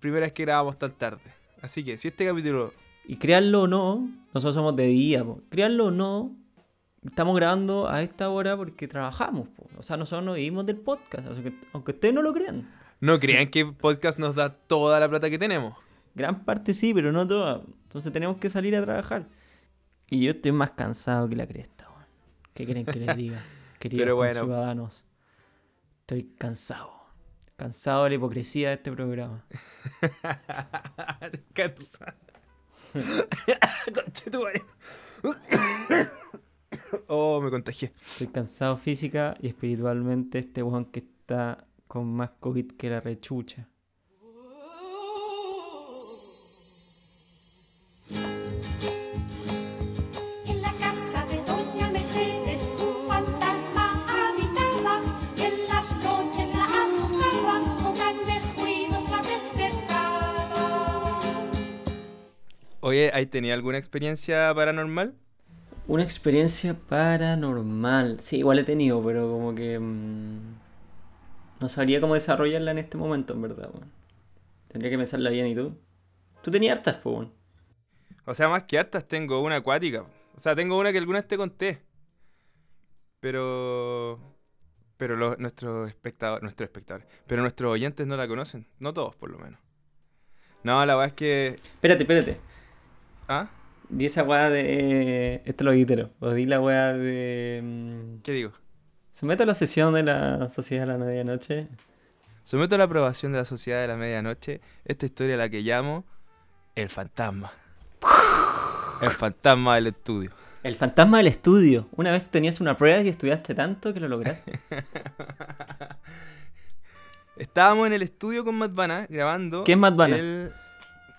Speaker 1: Primera vez que grabamos tan tarde. Así que si este capítulo.
Speaker 2: Y créanlo o no, nosotros somos de día, po. Créanlo o no, estamos grabando a esta hora porque trabajamos, po. O sea, nosotros no vivimos del podcast, así que- aunque ustedes no lo crean.
Speaker 1: No crean que podcast nos da toda la plata que tenemos.
Speaker 2: Gran parte sí, pero no toda. Entonces tenemos que salir a trabajar. Y yo estoy más cansado que la cresta, weón. ¿Qué quieren que les diga? Queridos
Speaker 1: Pero bueno.
Speaker 2: ciudadanos, estoy cansado. Cansado de la hipocresía de este programa.
Speaker 1: Cansa. Conche tu madre. oh, me contagié.
Speaker 2: Estoy cansado física y espiritualmente este weón que está con más COVID que la rechucha.
Speaker 7: En la casa de Doña Mercedes un fantasma habitaba y en las noches la asustaba, con grandes ruidos la despertaba.
Speaker 1: Oye, ¿ahí tenía alguna experiencia paranormal?
Speaker 2: Una experiencia paranormal. Sí, igual he tenido, pero como que. mm, no sabría cómo desarrollarla en este momento, en verdad, weón. Tendría que pensarla bien, ¿y tú? Tú tenías hartas, pues, weón.
Speaker 1: O sea, más que hartas tengo una acuática. O sea, tengo una que algunas te conté. Pero. Pero los- nuestros espectadores. Nuestros espectadores. Pero nuestros oyentes no la conocen. No todos, por lo menos. No, la verdad es que.
Speaker 2: Espérate, espérate.
Speaker 1: ¿Ah?
Speaker 2: Di esa weá de. Esto lo editero. O di la weá de. mm,
Speaker 1: ¿Qué digo?
Speaker 2: Someto a la sesión de la Sociedad de la Medianoche.
Speaker 1: Someto a la aprobación de la Sociedad de la Medianoche esta historia a la que llamo El Fantasma. El fantasma del estudio.
Speaker 2: El fantasma del estudio. Una vez tenías una prueba y estudiaste tanto que lo lograste.
Speaker 1: Estábamos en el estudio con Madvana grabando.
Speaker 2: ¿Qué es Mad Vana?
Speaker 1: el-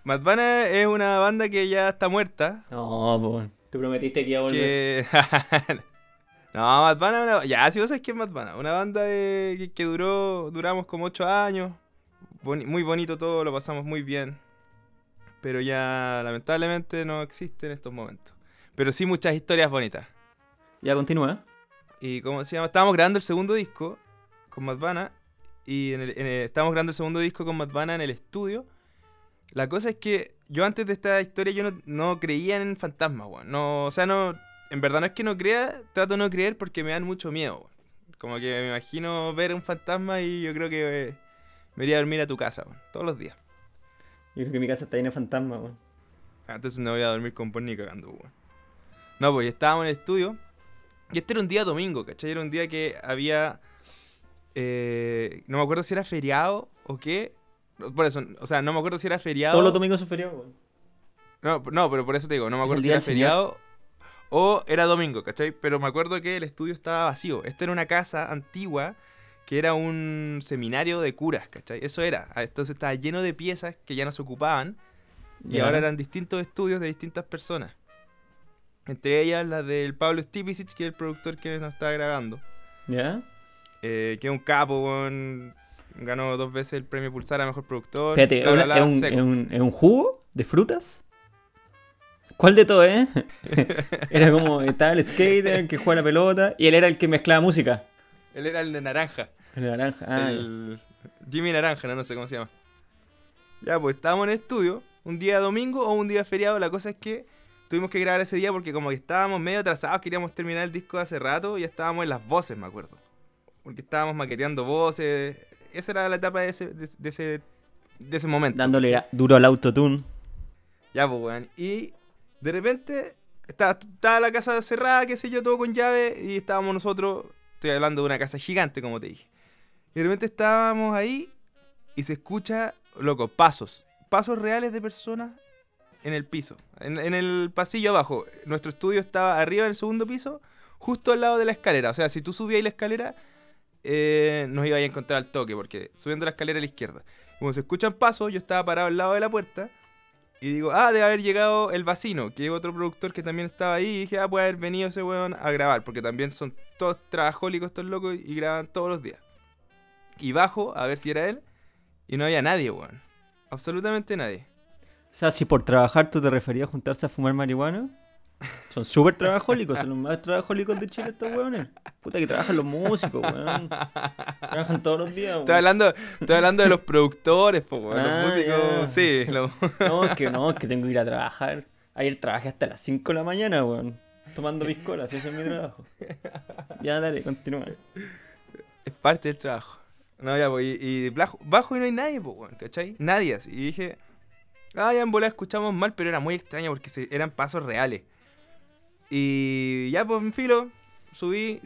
Speaker 1: Mad Vana es una banda que ya está muerta,
Speaker 2: No, pues, weón. Tú prometiste que iba a volver.
Speaker 1: que... no, Mad Bana es una... Ya, si vos sabés que es Mad Bana. Una banda de- que, que duró... Duramos como ocho años. Boni- muy bonito todo, lo pasamos muy bien. Pero ya, lamentablemente, no existe en estos momentos. Pero sí muchas historias bonitas.
Speaker 2: Ya continúa.
Speaker 1: Y como se llama, estábamos grabando el segundo disco con Mad Bana, Y en el- en el- estábamos grabando el segundo disco con Mad Bana en el estudio. La cosa es que yo antes de esta historia yo no, no creía en fantasmas, weón. No, o sea, no. En verdad no es que no crea, trato de no creer porque me dan mucho miedo, weón. Como que me imagino ver un fantasma y yo creo que eh, me iría a dormir a tu casa, weón. Todos los días.
Speaker 2: Yo creo que mi casa está llena de fantasmas, weón.
Speaker 1: Ah, entonces no voy a dormir con Bonnie cagando, weón. No, pues estábamos en el estudio. Y este era un día domingo, ¿cachai? Era un día que había. eh, no me acuerdo si era feriado o qué. No, Por eso, o sea, no me acuerdo si era feriado.
Speaker 2: Todos los domingos son feriados, weón.
Speaker 1: No, p- no, pero por eso te digo, no me
Speaker 2: Es
Speaker 1: acuerdo
Speaker 2: el
Speaker 1: si
Speaker 2: día
Speaker 1: era
Speaker 2: del Señor.
Speaker 1: feriado o era domingo, ¿cachai? Pero me acuerdo que el estudio estaba vacío. Esta era una casa antigua que era un seminario de curas, ¿cachai? Eso era. Ah, Entonces estaba lleno de piezas que ya no se ocupaban y
Speaker 2: Ya.
Speaker 1: ahora eran distintos estudios de distintas personas. Entre ellas la del Pablo Stipicic, que es el productor que nos está grabando.
Speaker 2: ¿Ya?
Speaker 1: eh, que es un capo, weón, ganó dos veces el premio Pulsar a Mejor Productor.
Speaker 2: Espérate,
Speaker 1: bla, bla,
Speaker 2: ¿es,
Speaker 1: bla,
Speaker 2: un,
Speaker 1: seco.
Speaker 2: es un- es un jugo de frutas? ¿Cuál de todo, eh? era como, estaba el skater, el que juega la pelota, y él era el que mezclaba música.
Speaker 1: Él era el de naranja.
Speaker 2: El de naranja. Ah,
Speaker 1: El Jimmy Naranja, no, no sé cómo se llama. Ya, pues estábamos en el estudio, un día domingo o un día feriado. La cosa es que tuvimos que grabar ese día porque como que estábamos medio atrasados, queríamos terminar el disco hace rato y ya estábamos en las voces, me acuerdo. Porque estábamos maqueteando voces. Esa era la etapa de ese, de, de ese, de ese momento.
Speaker 2: dándole la- duro al autotune.
Speaker 1: Ya, pues, weón. Y de repente estaba, estaba la casa cerrada, qué sé yo, todo con llave. Y estábamos nosotros, estoy hablando de una casa gigante, como te dije. Y de repente estábamos ahí y se escucha, loco, pasos. Pasos reales de personas en el piso, en, en el pasillo abajo. Nuestro estudio estaba arriba en el segundo piso, justo al lado de la escalera. O sea, si tú subías la escalera, eh, nos iba a encontrar al toque, porque subiendo la escalera a la izquierda. Como se escuchan pasos, yo estaba parado al lado de la puerta y digo, ah, debe haber llegado el vecino, que es otro productor que también estaba ahí. Y dije, ah, puede haber venido ese weón a grabar, porque también son todos trabajólicos estos locos y graban todos los días. Y bajo a ver si era él y no había nadie, weón. Absolutamente nadie.
Speaker 2: O sea, si por trabajar tú te referías a juntarse a fumar marihuana, son súper trabajólicos, son los más trabajólicos de Chile estos weones. Puta que trabajan los músicos, weón. Trabajan todos los días,
Speaker 1: Estoy
Speaker 2: weón.
Speaker 1: hablando, estoy hablando de los productores, po, weón,
Speaker 2: Ah,
Speaker 1: los músicos. Sí, los-
Speaker 2: No, es que no, es que tengo que ir a trabajar. Ayer trabajé hasta las 5 de la mañana, weón. Tomando piscolas, ese es mi trabajo. Ya, dale, continúa.
Speaker 1: es parte del trabajo. No, ya, po, y, y bajo, bajo y no hay nadie, po, weón, ¿cachai? Nadie así. Y dije, ah, ya en bola escuchamos mal, pero era muy extraño porque se- eran pasos reales. Y ya, pues, en filo, subí.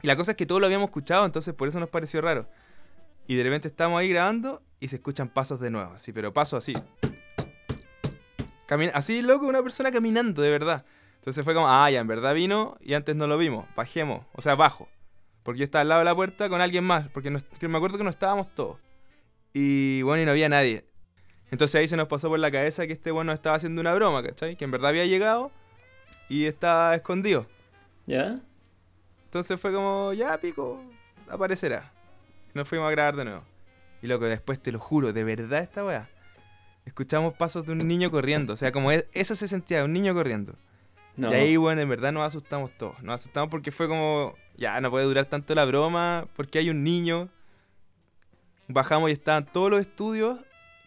Speaker 1: Y la cosa es que todo lo habíamos escuchado, entonces por eso nos pareció raro. Y de repente estamos ahí grabando y se escuchan pasos de nuevo, así, pero pasos así. Camin- así, loco, una persona caminando, de verdad. Entonces fue como, ah, ya, en verdad vino y antes no lo vimos, bajemos, o sea, bajo. Porque yo estaba al lado de la puerta con alguien más, porque no- que me acuerdo que no estábamos todos. Y bueno, y no había nadie. Entonces ahí se nos pasó por la cabeza que este bueno estaba haciendo una broma, ¿cachai? Que en verdad había llegado y estaba escondido.
Speaker 2: ¿Ya?
Speaker 1: Entonces fue como, ya pico, aparecerá. Y Nos fuimos a grabar de nuevo. Y loco, después te lo juro, de verdad esta weá. Escuchamos pasos de un niño corriendo. O sea, como es- eso se sentía, un niño corriendo.
Speaker 2: No.
Speaker 1: Y ahí, bueno, en verdad nos asustamos todos. Nos asustamos porque fue como, ya, no puede durar tanto la broma, porque hay un niño. Bajamos y estaban todos los estudios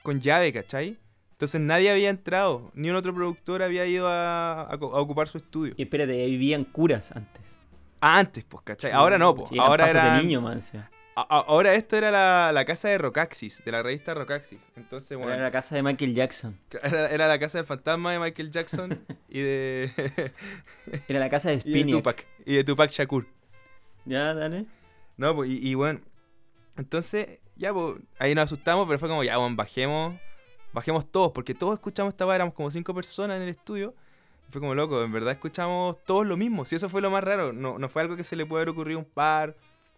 Speaker 1: con llave, ¿cachai? Entonces nadie había entrado, ni un otro productor había ido a, a co- a ocupar su estudio.
Speaker 2: Y espérate, ahí vivían curas antes.
Speaker 1: Antes, pues, ¿cachai? Ahora no, pues.
Speaker 2: Sí, eran
Speaker 1: Ahora
Speaker 2: pasos
Speaker 1: era...
Speaker 2: de niño, man. encima.
Speaker 1: Ahora esto era la, la casa de Rocaxis, de la revista Rocaxis. Entonces, bueno,
Speaker 2: Era la casa de Michael Jackson.
Speaker 1: era, era la casa del fantasma de Michael Jackson y de,
Speaker 2: Era la casa de
Speaker 1: y de
Speaker 2: Spinny.
Speaker 1: Tupac. Y de Tupac Shakur.
Speaker 2: Ya, dale.
Speaker 1: No, pues, y, y bueno, entonces, ya, pues, ahí nos asustamos, pero fue como, ya, bueno, bajemos, bajemos todos, porque todos escuchamos esta weá, éramos como cinco personas en el estudio. Y fue como, loco, en verdad escuchamos todos lo mismo, si eso fue lo más raro, no, no fue algo que se le puede haber ocurrido a un par,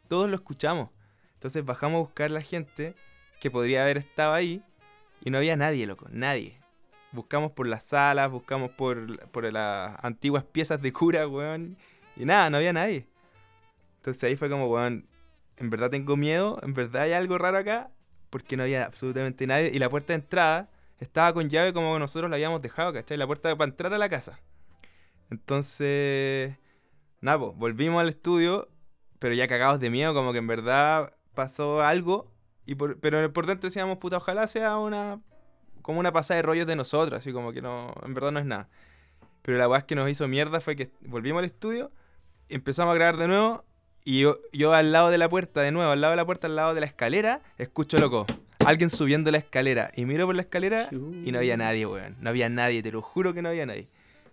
Speaker 1: todos lo escuchamos. Entonces bajamos a buscar la gente que podría haber estado ahí y no había nadie, loco, nadie. Buscamos por las salas, buscamos por, por las antiguas piezas de cura, weón, y nada, no había nadie. Entonces ahí fue como, weón, en verdad tengo miedo, en verdad hay algo raro acá, porque no había absolutamente nadie. Y la puerta de entrada estaba con llave como nosotros la habíamos dejado, ¿cachai? La puerta para entrar a la casa. Entonces, nada, po, volvimos al estudio, pero ya cagados de miedo, como que en verdad pasó algo. Y por- pero por dentro decíamos, puta, ojalá sea una como una pasada de rollos de nosotros, así como que no, en verdad no es nada. Pero la weá que nos hizo mierda fue que volvimos al estudio, empezamos a grabar de nuevo y yo, yo al lado de la puerta, de nuevo, al lado de la puerta, al lado de la escalera, escucho loco. Alguien subiendo la escalera. Y miro por la escalera y no había nadie, weón. No había nadie, te lo juro que no había nadie.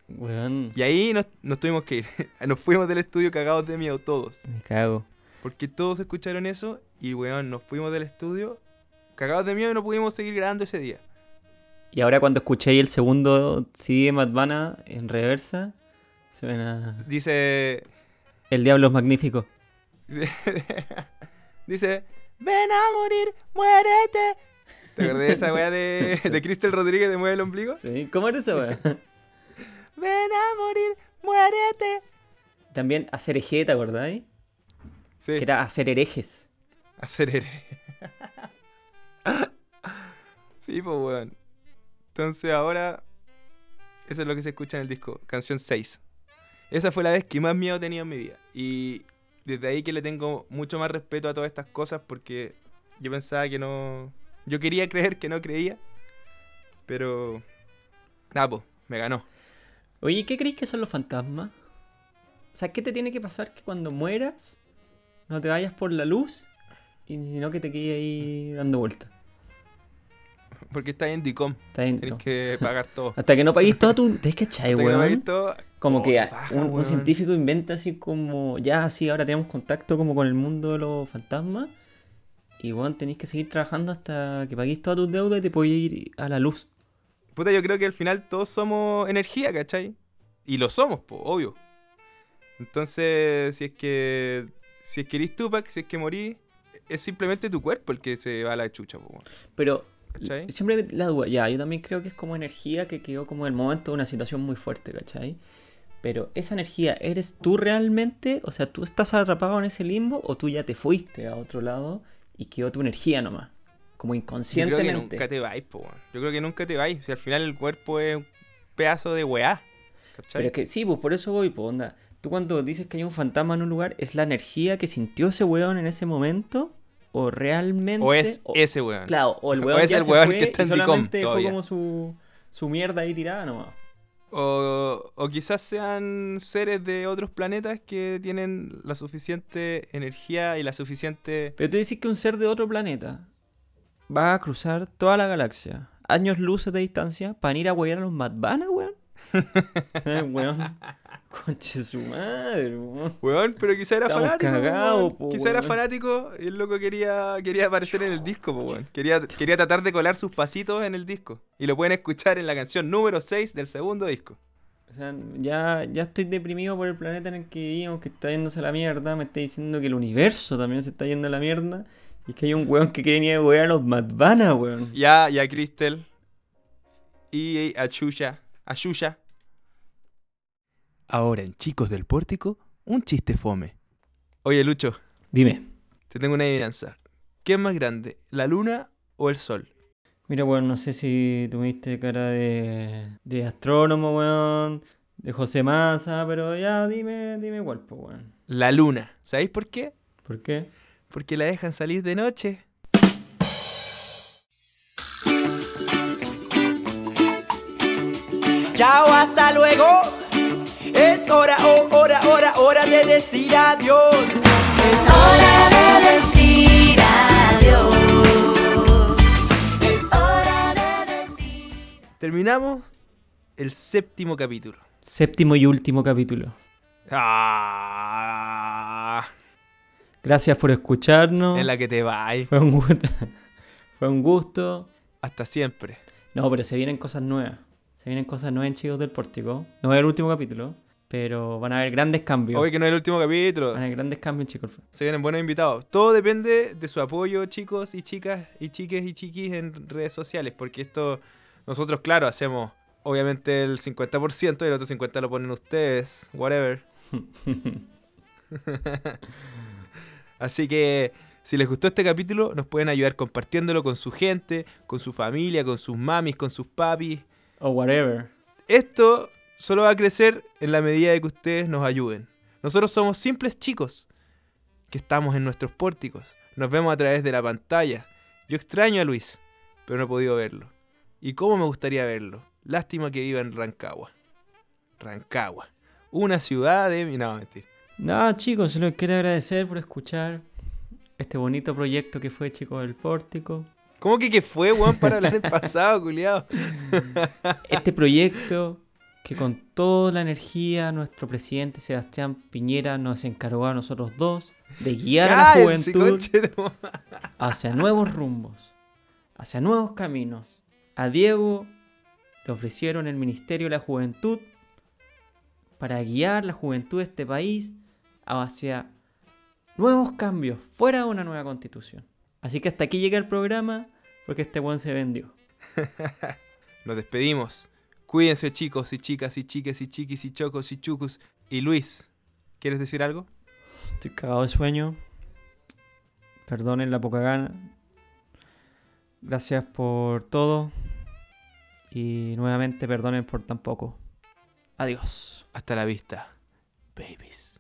Speaker 2: Weón,
Speaker 1: Y ahí nos, nos tuvimos que ir. Nos fuimos del estudio cagados de miedo todos.
Speaker 2: me cago.
Speaker 1: Porque todos escucharon eso y, weón, nos fuimos del estudio cagados de miedo y no pudimos seguir grabando ese día.
Speaker 2: Y ahora cuando escuché el segundo CD de Madbana en reversa, suena...
Speaker 1: Dice...
Speaker 2: El Diablo es Magnífico.
Speaker 1: Dice... Ven a morir, muérete. ¿Te acordás de esa weá de, de Crystal Rodríguez de Mueve el Ombligo?
Speaker 2: Sí, ¿Cómo era eso, weón?
Speaker 1: Ven a morir, muérete.
Speaker 2: También hacer eje, ¿te acordáis?
Speaker 1: Sí,
Speaker 2: Que era hacer herejes.
Speaker 1: hacer ere. sí, pues, weón. Entonces ahora, eso es lo que se escucha en el disco, canción 6. Esa fue la vez que más miedo he tenido en mi vida. Y desde ahí que le tengo mucho más respeto a todas estas cosas porque yo pensaba que no... Yo quería creer que no creía, pero... Nada, pues, me ganó.
Speaker 2: Oye, ¿qué creéis que son los fantasmas? O sea, ¿qué te tiene que pasar que cuando mueras no te vayas por la luz y no que te quedes ahí dando vueltas?
Speaker 1: Porque está en DICOM,
Speaker 2: Está bien,
Speaker 1: tienes
Speaker 2: no.
Speaker 1: que pagar todo.
Speaker 2: Hasta que no paguís toda tu... ¿Te cachai,
Speaker 1: Hasta que no
Speaker 2: weón?
Speaker 1: pagues todo,
Speaker 2: Como
Speaker 1: oh,
Speaker 2: que
Speaker 1: qué
Speaker 2: a-
Speaker 1: paja,
Speaker 2: un, un
Speaker 1: weón.
Speaker 2: científico inventa así como, ya, sí, ahora tenemos contacto como con el mundo de los fantasmas. Y bueno, tenéis que seguir trabajando hasta que paguéis todas tus deudas y te podéis ir a la luz.
Speaker 1: Puta, yo creo que al final todos somos energía, ¿cachai? Y lo somos, po, obvio. Entonces, si es que. Si es que eres Tupac, si es que morís, es simplemente tu cuerpo el que se va a la chucha, po, weón.
Speaker 2: Pero
Speaker 1: ¿Cachai?
Speaker 2: siempre la duda, ya, yo también creo que es como energía que quedó como en el momento de una situación muy fuerte, ¿cachai? Pero esa energía, ¿eres tú realmente? O sea, ¿tú estás atrapado en ese limbo o tú ya te fuiste a otro lado y quedó tu energía nomás? Como
Speaker 1: Yo creo que
Speaker 2: inconscientemente.
Speaker 1: nunca te vais, po, weón. Yo creo que nunca te vais. Si al final el cuerpo es un pedazo de weá. ¿Cachai?
Speaker 2: Pero es que sí, pues por eso voy, pues onda. Tú cuando dices que hay un fantasma en un lugar, ¿es la energía que sintió ese weón en ese momento? ¿O realmente?
Speaker 1: O es ese weón.
Speaker 2: Claro, o el
Speaker 1: O
Speaker 2: weón
Speaker 1: es
Speaker 2: ya
Speaker 1: el
Speaker 2: se
Speaker 1: weón
Speaker 2: fue
Speaker 1: que está
Speaker 2: y
Speaker 1: en Dicom
Speaker 2: solamente dejó
Speaker 1: todavía.
Speaker 2: como su, su mierda ahí tirada nomás.
Speaker 1: O, o quizás sean seres de otros planetas que tienen la suficiente energía y la suficiente...
Speaker 2: Pero tú dices que un ser de otro planeta va a cruzar toda la galaxia, años luces de distancia, para ir a huear a los Madbana, weón. O sea, weón. Conche su madre, weón.
Speaker 1: Weón, pero quizás era
Speaker 2: Estamos
Speaker 1: fanático.
Speaker 2: cagados,
Speaker 1: weón.
Speaker 2: po,
Speaker 1: quizás era
Speaker 2: weón.
Speaker 1: fanático y el loco quería, quería aparecer en el disco, po, weón. Quería, quería tratar de colar sus pasitos en el disco. Y lo pueden escuchar en la canción número 6 del segundo disco.
Speaker 2: O sea, ya, ya estoy deprimido por el planeta en el que vivimos, que está yéndose a la mierda. Me está diciendo que el universo también se está yendo a la mierda. Y es que hay un weón que quiere ir a huear a los Madbana, weón.
Speaker 1: Ya, ya, Crystal. Y a Chuya. A Xuxa. Ahora en Chicos del Pórtico, un chiste fome. Oye, Lucho.
Speaker 2: Dime.
Speaker 1: Te tengo una adivinanza. ¿Qué es más grande, la luna o el sol?
Speaker 2: Mira, weón, no sé si tuviste cara de, de astrónomo, weón, de José Massa, pero ya dime, dime cuál, pues, weón.
Speaker 1: La luna. ¿Sabéis por qué?
Speaker 2: ¿Por qué?
Speaker 1: Porque la dejan salir de noche.
Speaker 8: Chao, hasta luego. Es hora, oh, hora, hora, hora de decir adiós. Es hora de decir adiós. Es hora de decir
Speaker 1: Terminamos el séptimo capítulo.
Speaker 2: Séptimo y último capítulo.
Speaker 1: Ah,
Speaker 2: Gracias por escucharnos.
Speaker 1: en la que te vais.
Speaker 2: Fue un gusto. Fue un gusto.
Speaker 1: Hasta siempre.
Speaker 2: No, pero se vienen cosas nuevas. Se vienen cosas nuevas en Chicos del Pórtico. No es el último capítulo, pero van a haber grandes cambios.
Speaker 1: Hoy que no es el último capítulo.
Speaker 2: Van a haber grandes cambios, chicos.
Speaker 1: Se vienen buenos invitados. Todo depende de su apoyo, chicos y chicas, y chiques y chiquis en redes sociales. Porque esto, nosotros, claro, hacemos obviamente el 50% y el otro 50% lo ponen ustedes. Whatever. Así que si les gustó este capítulo, nos pueden ayudar compartiéndolo con su gente, con su familia, con sus mamis, con sus papis.
Speaker 2: o whatever.
Speaker 1: Esto solo va a crecer en la medida de que ustedes nos ayuden. Nosotros somos simples chicos que estamos en nuestros pórticos. Nos vemos a través de la pantalla. Yo extraño a Luis, pero no he podido verlo. ¿Y cómo me gustaría verlo? Lástima que viva en Rancagua. Rancagua. Una ciudad de... No, mentira.
Speaker 2: Nada, chicos, solo quiero agradecer por escuchar este bonito proyecto que fue Chicos del Pórtico.
Speaker 1: ¿Cómo que, que fue, Juan, para hablar en pasado, culiado?
Speaker 2: Este proyecto que con toda la energía nuestro presidente Sebastián Piñera nos encargó a nosotros dos de guiar a la
Speaker 1: Cállense,
Speaker 2: juventud
Speaker 1: conche tu madre.
Speaker 2: hacia nuevos rumbos, hacia nuevos caminos. A Diego le ofrecieron el Ministerio de la Juventud para guiar la juventud de este país hacia nuevos cambios, fuera de una nueva constitución. Así que hasta aquí llega el programa porque este buen se vendió.
Speaker 1: Nos despedimos. Cuídense, chicos y chicas y chiques y chiquis y chocos y chucus. Y Luis, ¿quieres decir algo?
Speaker 2: Estoy cagado de sueño. Perdonen la poca gana. Gracias por todo. Y nuevamente perdonen por tan poco. Adiós.
Speaker 1: Hasta la vista, babies.